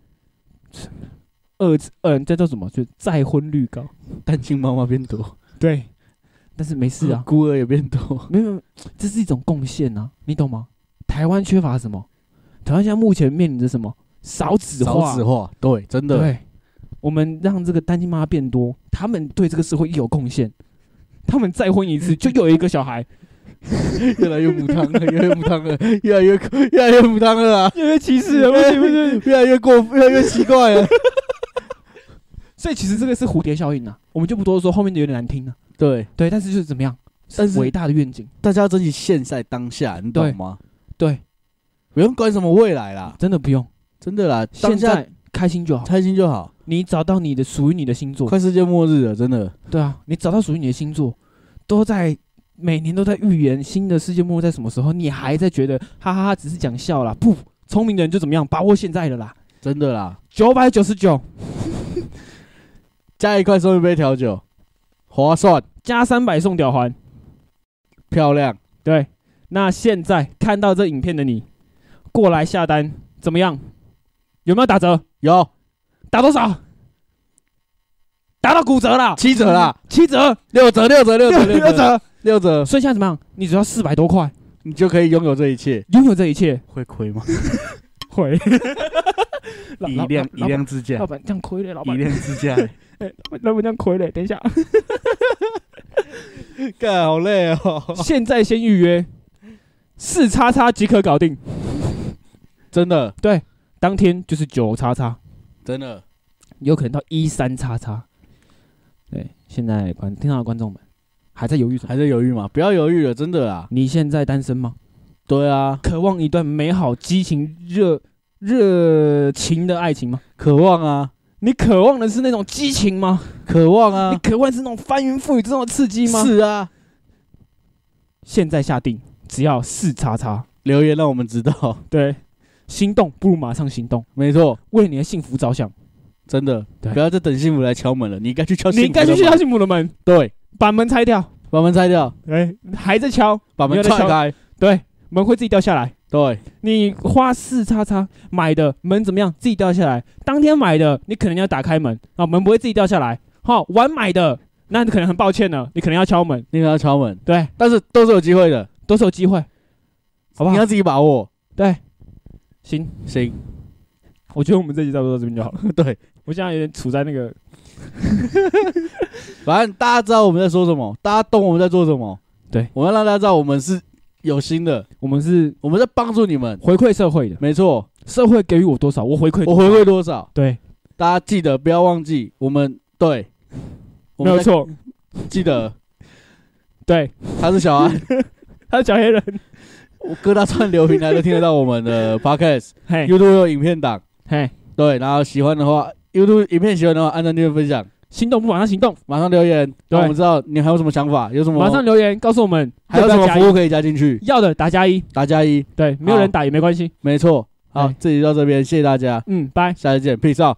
B: 二次嗯、这叫什么？就再婚率高。
C: 单亲妈妈变多，
B: 对，但是没事啊，
C: 孤儿也变多，
B: 没有，没有，这是一种贡献啊，你懂吗？台湾缺乏什么？台湾现在目前面临着什么？少子化，
C: 少子化，对，真的，
B: 对，我们让这个单亲妈妈变多，他们对这个社会有贡献，他们再婚一 次就有一个小孩，
C: 越来越母汤了，越来越母汤了，越来越越来越母汤了啊！
B: 有为歧视了，不行不行。
C: 越来越过，越来越奇怪了。
B: 所以其实这个是蝴蝶效应啊，我们就不多说，后面的有点难听了、
C: 对，
B: 对，但是就是怎么样，
C: 但是
B: 伟大的愿景，
C: 大家要珍惜现在当下，你
B: 对
C: 懂吗？
B: 对，
C: 不用管什么未来啦，
B: 真的不用，
C: 真的啦，
B: 现
C: 当下
B: 在开心就好。
C: 开心就好。
B: 你找到你的属于你的星座，
C: 快世界末日了，真的。
B: 对啊，你找到属于你的星座，都在每年都在预言新的世界末日在什么时候，你还在觉得哈哈哈，只是讲笑啦。不，聪明的人就怎么样，把握现在的啦。
C: 真的啦，
B: 九百九十九
C: 加一块送一杯调酒，划算，
B: 加三百送屌环，
C: 漂亮。
B: 对。那现在看到这影片的你，过来下单怎么样？有没有打折？
C: 有
B: 打多少？打到骨折啦，
C: 七折啦，
B: 七折，
C: 六折，六 折，六折，
B: 六
C: 折，
B: 折。
C: 六折，
B: 所以现在怎么样？你只要四百多块，
C: 你就可以拥有这一切。
B: 拥有这一切。
C: 会亏吗？
B: 会，
C: 以量以量自驾
B: 老，板这样亏了，老
C: 以
B: 板
C: 量自驾。
B: 老板这样亏了。等一下，
C: 干，好累哦。
B: 现在先预约，四叉叉即可搞定，
C: 真的，
B: 当天就是九叉叉，
C: 真的，
B: 有可能到一三叉叉。对，现在观听到的观众们还在犹豫什么？
C: 还在犹豫吗？不要犹豫了，真的啦。
B: 你现在单身吗？
C: 对啊，
B: 渴望一段美好、激情、热热情的爱情吗？
C: 渴望啊，
B: 你渴望的是那种激情吗？
C: 渴望
B: 你
C: 啊，
B: 渴望的是那种翻云覆雨这种刺激吗？
C: 是啊。
B: 现在下定，只要四叉叉。
C: 留言让我们知道，
B: 对，心动不如马上行动，
C: 没错，
B: 为你的幸福着想，
C: 真的，
B: 对
C: 不要再等幸福来敲门了，你应该去敲幸福
B: 你
C: 的
B: 应该
C: 门，
B: 去敲幸福的门，
C: 对，
B: 把门拆掉，
C: 把门拆掉，
B: 哎，还在敲，
C: 把
B: 你
C: 门
B: 要再敲
C: 踹开，
B: 对，门会自己掉下来。
C: 对，
B: 你花四叉叉买的门怎么样？自己掉下来。当天买的，你可能要打开门啊，门不会自己掉下来。好，晚买的，那你可能很抱歉了，你可能要敲门。
C: 你可能要敲门，
B: 对，
C: 但是都是有机会的，
B: 都是有机会，好不
C: 你
B: 好
C: 要？自己把握。
B: 对，行，
C: 行，
B: 我觉得我们这集差不多到这边就好了。
C: 对，
B: 我现在有点处在那个，
C: 反正大家知道我们在说什么，大家懂我们在做什么。
B: 对，
C: 我们要让大家知道我们是有心的，
B: 我们是
C: 我们在帮助你们。
B: 回馈社会的，
C: 没错，
B: 社会给予我多少，我回馈
C: 我回馈多少？
B: 对，
C: 大家记得不要忘记，我们对，我
B: 没有
C: 们在
B: 错，
C: 记得
B: 对，
C: 他是 小安，
B: 他是小黑人，
C: 我各大串流平台都听得到我们的 podcast、
B: 嘿，
C: YouTube 有影片档，
B: 嘿，
C: 对，然后喜欢的话，YouTube 影片喜欢的话，按赞、订阅、分享，
B: 行动不马上行动，
C: 马上留言，
B: 对
C: 让我们知道你还有什么想法，有什么
B: 马上留言告诉我们
C: 还有
B: 要
C: 什
B: 不要
C: 么
B: 加
C: 服
B: 一，
C: 务可以加进去，
B: 要的打加一，
C: 打加一，
B: 对，没有
C: 好
B: 人打也没关系，
C: 没错。好
B: 对，
C: 这集到这边，谢谢大家，
B: 嗯，拜。
C: 下次见，peace out。